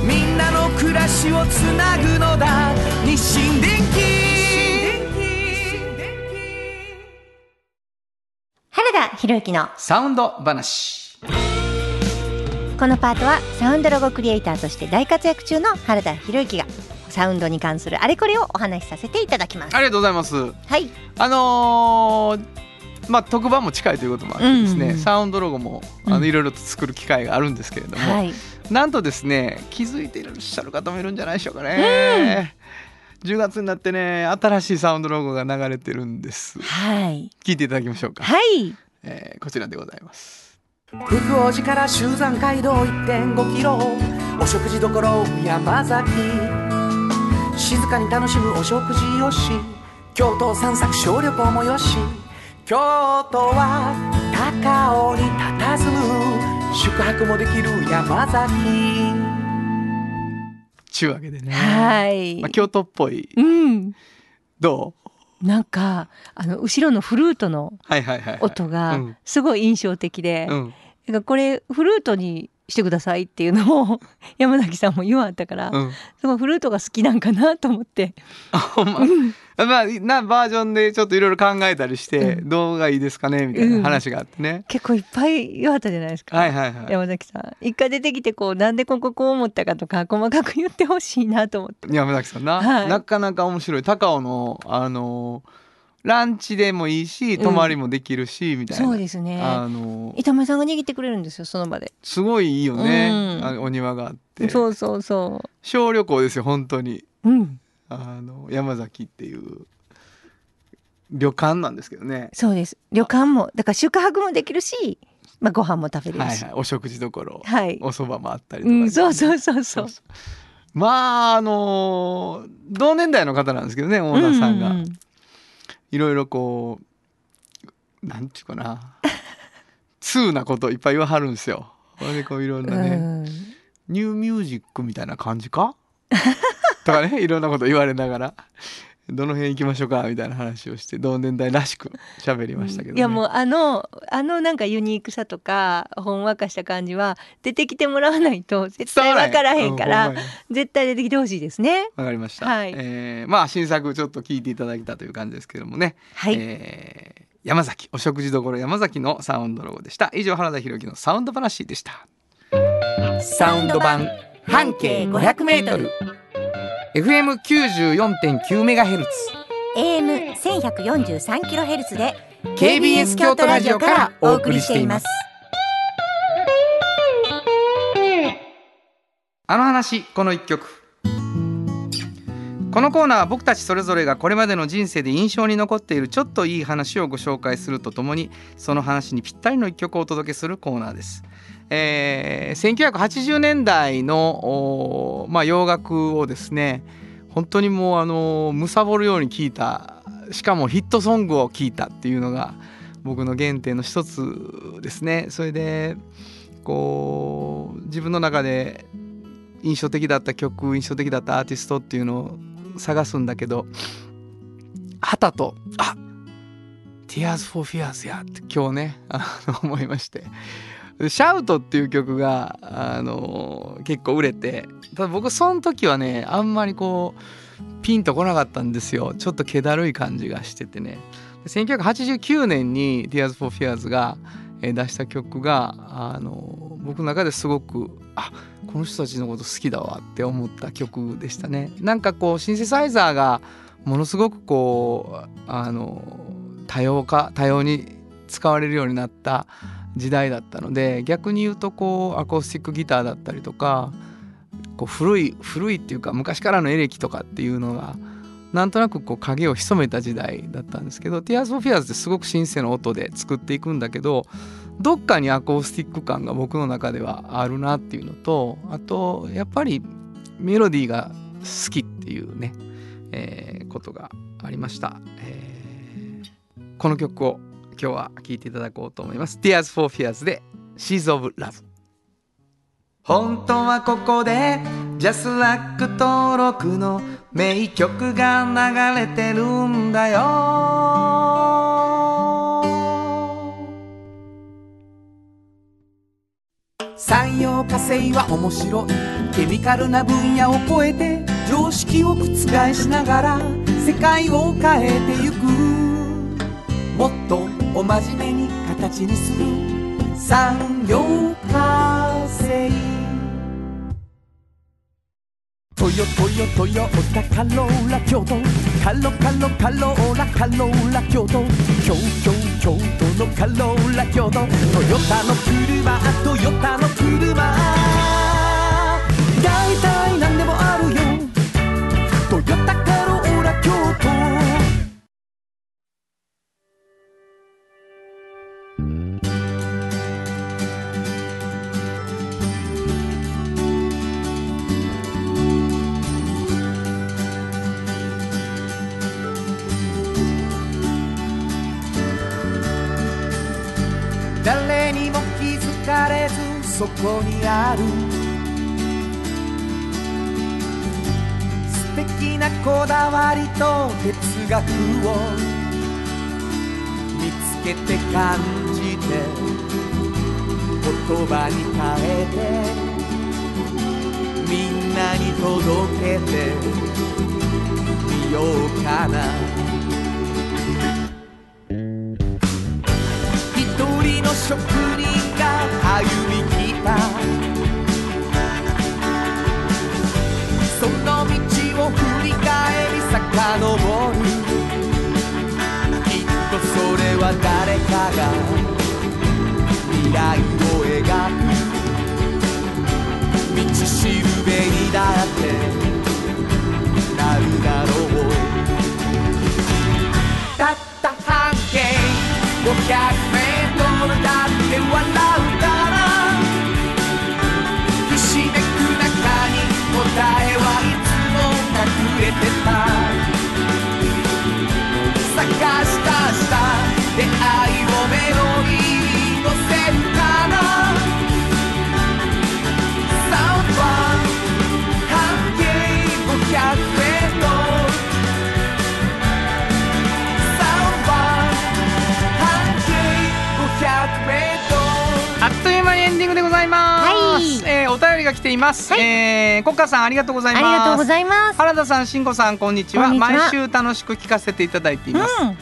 Speaker 3: みんなの暮らしをつなぐのだ日清電機
Speaker 2: 原田博之の
Speaker 1: サウンド話
Speaker 2: このパートはサウンドロゴクリエイターとして大活躍中の原田博之がサウンドに関するあれこれをお話しさせていただきます
Speaker 1: ありがとうございます
Speaker 2: はい
Speaker 1: あのーまあ、特番も近いということもあってですね、
Speaker 7: うんうん
Speaker 1: サウンドロゴもあ
Speaker 7: うん
Speaker 1: のいろいろと作る機会があるんですけれども、
Speaker 7: はい
Speaker 1: なんとですね気づいていらっしゃる方もいるんじゃないでしょうかね、10月になってね新しいサウンドロゴが流れてるんです
Speaker 7: はい
Speaker 1: 聞いていただきましょうか、
Speaker 7: はい
Speaker 1: えーこちらでございます
Speaker 3: 福王寺から集山街道1.5キロお食事処山崎静かに楽しむお食事よし京都を散策小旅行もよし京都は高尾に佇む宿泊もできる山崎
Speaker 1: ちゅうわけでね、
Speaker 7: はい、
Speaker 1: まあ、京都っぽい
Speaker 7: うん
Speaker 1: どう
Speaker 7: なんかあの後ろのフルートの
Speaker 1: はいはいはい、はい、
Speaker 7: 音
Speaker 1: う
Speaker 7: が
Speaker 1: ん
Speaker 7: すごい印象的で、
Speaker 1: うん
Speaker 7: なんかこれフルートにしてくださいっていうのを *laughs* 山崎さんも言わはったから、
Speaker 1: うん
Speaker 7: すごいフルートが好きなんかなと思って
Speaker 1: あほんままあなバージョンでちょっといろいろ考えたりして、
Speaker 7: う
Speaker 1: どうがいいですかねみたいな話があってね、
Speaker 7: 結構いっぱい言わはったじゃないですか、
Speaker 1: はいはいはい
Speaker 7: 山崎さん一回出てきてこうなんでこここう思ったかとか細かく言ってほしいなと思って
Speaker 1: 山崎さんな、
Speaker 7: はい
Speaker 1: なかなか面白い高尾のあのランチでもいいし
Speaker 7: うん
Speaker 1: 泊まりもできるし、みたいな
Speaker 7: そうですね
Speaker 1: あの
Speaker 7: 板前さんが握ってくれるんですよその場です
Speaker 1: ごいいいよね、
Speaker 7: うん
Speaker 1: あのお庭があって
Speaker 7: そうそうそ
Speaker 1: 小旅行ですよ本当に
Speaker 7: ううん
Speaker 1: あの山崎っていう旅館なんですけどね、
Speaker 7: そうです旅館もだから宿泊もできるし、まあ、ご飯も食べれ
Speaker 1: は
Speaker 7: る
Speaker 1: い
Speaker 7: し
Speaker 1: はい、お食事どころ、
Speaker 7: はい、
Speaker 1: お蕎麦もあったりと
Speaker 7: う
Speaker 1: かね、
Speaker 7: ん、そうそうそうそう
Speaker 1: そうまああの同年代の方なんですけどねオーナーさんが、
Speaker 7: うう
Speaker 1: いろいろこうなんていうかな *laughs* 通なこといっぱい言わはるんですよ。これでこういろんなね、
Speaker 7: うん
Speaker 1: ニューミュージックみたいな感じか *laughs* とかねいろんなこと言われながらどの辺行きましょうかみたいな話をして同年代らしく喋りましたけど、ね、
Speaker 7: いやもうあのあのなんかユニークさとかほんわかした感じは出てきてもらわないと絶対わからへんか
Speaker 1: う
Speaker 7: ら
Speaker 1: ほんまに
Speaker 7: 絶対出てきてほしいですね。
Speaker 1: わかりました、
Speaker 7: はい
Speaker 1: えーまあ新作ちょっと聞いていただいたという感じですけどもね、
Speaker 7: はい、
Speaker 1: えー山崎お食事どころ山崎のサウンドロゴでした以上原田博之のサウンド話でしたサウンド版半径 500m FM 94.9メガヘルツ
Speaker 2: AM 1143キロヘルツで
Speaker 1: KBS 京都ラジオからお送りしていますあの話この一曲このコーナーは僕たちそれぞれがこれまでの人生で印象に残っているちょっといい話をご紹介するとともにその話にぴったりの一曲をお届けするコーナーです。えー1980年代の、おーまあ、洋楽をですね本当にもうあのむさぼるように聴いたしかもヒットソングを聴いたっていうのが僕の原点の一つですね。それでこう自分の中で印象的だった曲印象的だったアーティストっていうのを探すんだけどはたとあ Tears for Fears やって今日ねあの *laughs* 思いまして「シャウトっていう曲があの結構売れてただ僕その時はねあんまりこうピンとこなかったんですよちょっと気だるい感じがしててね1989年に Tears for Fears がえー出した曲があの僕の中ですごくあこの人たちのこと好きだわって思った曲でしたね。なんかこうシンセサイザーがものすごくこうあの多様化多様に使われるようになった時代だったので逆に言うとこうアコースティックギターだったりとかこう古い古いっていうか昔からのエレキとかっていうのがなんとなくこう影を潜めた時代だったんですけど「Tears for Fears」ってすごくシンセの音で作っていくんだけどどっかにアコースティック感が僕の中ではあるなっていうのとあとやっぱりメロディーが好きっていうね、えーことがありました、えーこの曲を今日は聴いていただこうと思います Tears for Fears で Seas of Love 本当はここでジャスラック登録の名曲が流れてるんだよ
Speaker 3: 産業化成は面白いケミカルな分野を超えて常識を覆しながら世界を変えてゆくもっとお真面目に形にする産業化成トヨトヨトヨタカローラ京都カロカロカローラカローラ京都京京京都のカローラ京都トヨタの車トヨタの車大体何でもあるよトヨタカローラ京都誰にも気づかれずそこにある素敵なこだわりと哲学を見つけて感じて言葉に変えてみんなに届けてみようかな一人の職人が歩み来たその道を振り返り遡るきっとそれは誰かが未来を描く道しるべにだってなるだろうたった半径500メートルだって笑うからひしめく中に答えはいつも隠れてた探したした出会いをメロディーに乗せるかなサウンドは半径500メートル
Speaker 1: あっという間にエンディングでございます、えーお便りが来ています、えー、コッカさんありがとうござい
Speaker 7: あ
Speaker 1: ま
Speaker 7: り
Speaker 1: す
Speaker 7: がとうございます。
Speaker 1: 原田さん、しんこさん、こんにちは。
Speaker 7: こんにちは
Speaker 1: 毎週楽しく聞かせていただいています。
Speaker 7: うん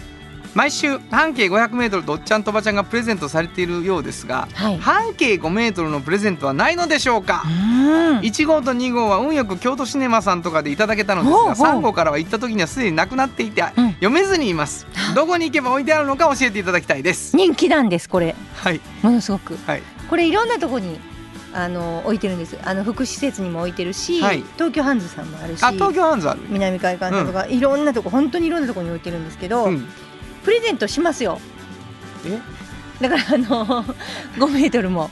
Speaker 1: 毎週半径500メートルとおっちゃんとおばちゃんがプレゼントされているようですが、
Speaker 7: はい
Speaker 1: 半径5メートルのプレゼントはないのでしょうか。
Speaker 7: うん。
Speaker 1: 1号と2号は運よく京都シネマさんとかでいただけたのです
Speaker 7: ほうほ
Speaker 1: が
Speaker 7: う
Speaker 1: 3号からは行った時にはすでになくなっていて
Speaker 7: うん
Speaker 1: 読めずにいます、どこに行けば置いてあるのか教えていただきたいです
Speaker 7: 人気なんですこれ
Speaker 1: はい
Speaker 7: ものすごく
Speaker 1: はい
Speaker 7: これいろんなとこに
Speaker 2: あの置いてるんですあの福祉施設にも置いてるし、
Speaker 1: はい
Speaker 2: 東京ハンズさんもあるし
Speaker 1: あ東京ハンズある、
Speaker 2: 南海岸とか、いろんなとこ本当にいろんなとこに置いてるんですけど、
Speaker 1: うん、
Speaker 2: プレゼントしますよだからあの5メ *laughs* ートルも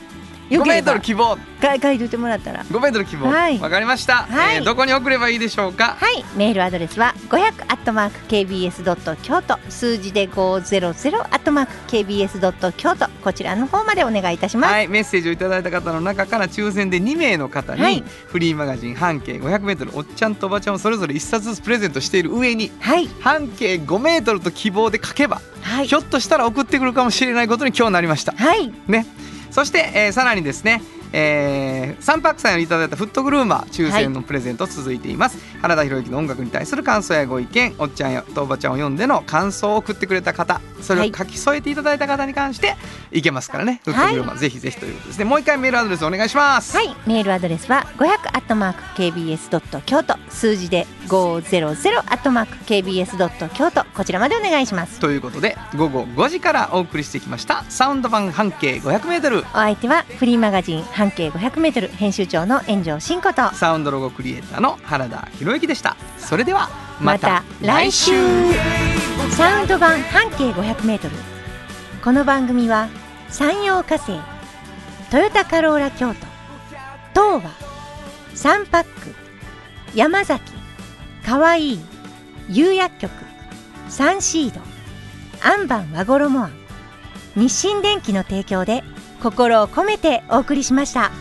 Speaker 2: よ
Speaker 1: 5
Speaker 2: け
Speaker 1: メ
Speaker 2: れ
Speaker 1: ート
Speaker 2: ば
Speaker 1: ル希望
Speaker 2: 書いていてもらったら
Speaker 1: 5メートル希望わ、
Speaker 2: はい
Speaker 1: かりました、
Speaker 2: はい
Speaker 1: えーどこに送ればいいでしょうか
Speaker 2: はい、メールアドレスは500アットマーク kbs ドット京都、数字で500アットマーク kbs ドット京都こちらの方までお願いいたします。
Speaker 1: はい、メッセージをいただいた方の中から抽選で2名の方に、
Speaker 2: はい
Speaker 1: フリーマガジン半径 500m おっちゃんとおばちゃんをそれぞれ1冊ずつプレゼントしている上に
Speaker 2: はい、
Speaker 1: 半径 5m と希望で書けば、
Speaker 2: はい
Speaker 1: ひょっとしたら送ってくるかもしれないことに今日なりました。
Speaker 2: はい、
Speaker 1: ね、そして、えーさらにですね、えー、三泊さんよりいただいたフットグルーマー抽選のプレゼント続いています、原田博之の音楽に対する感想やご意見おっちゃんやとおばちゃんを読んでの感想を送ってくれた方それを書き添えていただいた方に関していけますからね、フットグルーマーぜひぜひということですねもう一回メールアドレスお願いします、
Speaker 2: はい、メールアドレスは500アットマーク kbs ドット京都、数字で500アットマーク kbs ドット京都こちらまでお願いします。
Speaker 1: ということで午後5時からお送りしてきましたサウンド版半径 500m
Speaker 2: お相手はフリーマガジン半径500メートル編集長の炎上真子と
Speaker 1: サウンドロゴクリエイターの原田博之でしたそれでは
Speaker 2: また来週サウンド版半径 500m この番組は山陽火星トヨタカローラ京都東和サンパック山崎かわいい釉薬局サンシードアンバン和衣庵日清電機の提供で心を込めてお送りしました。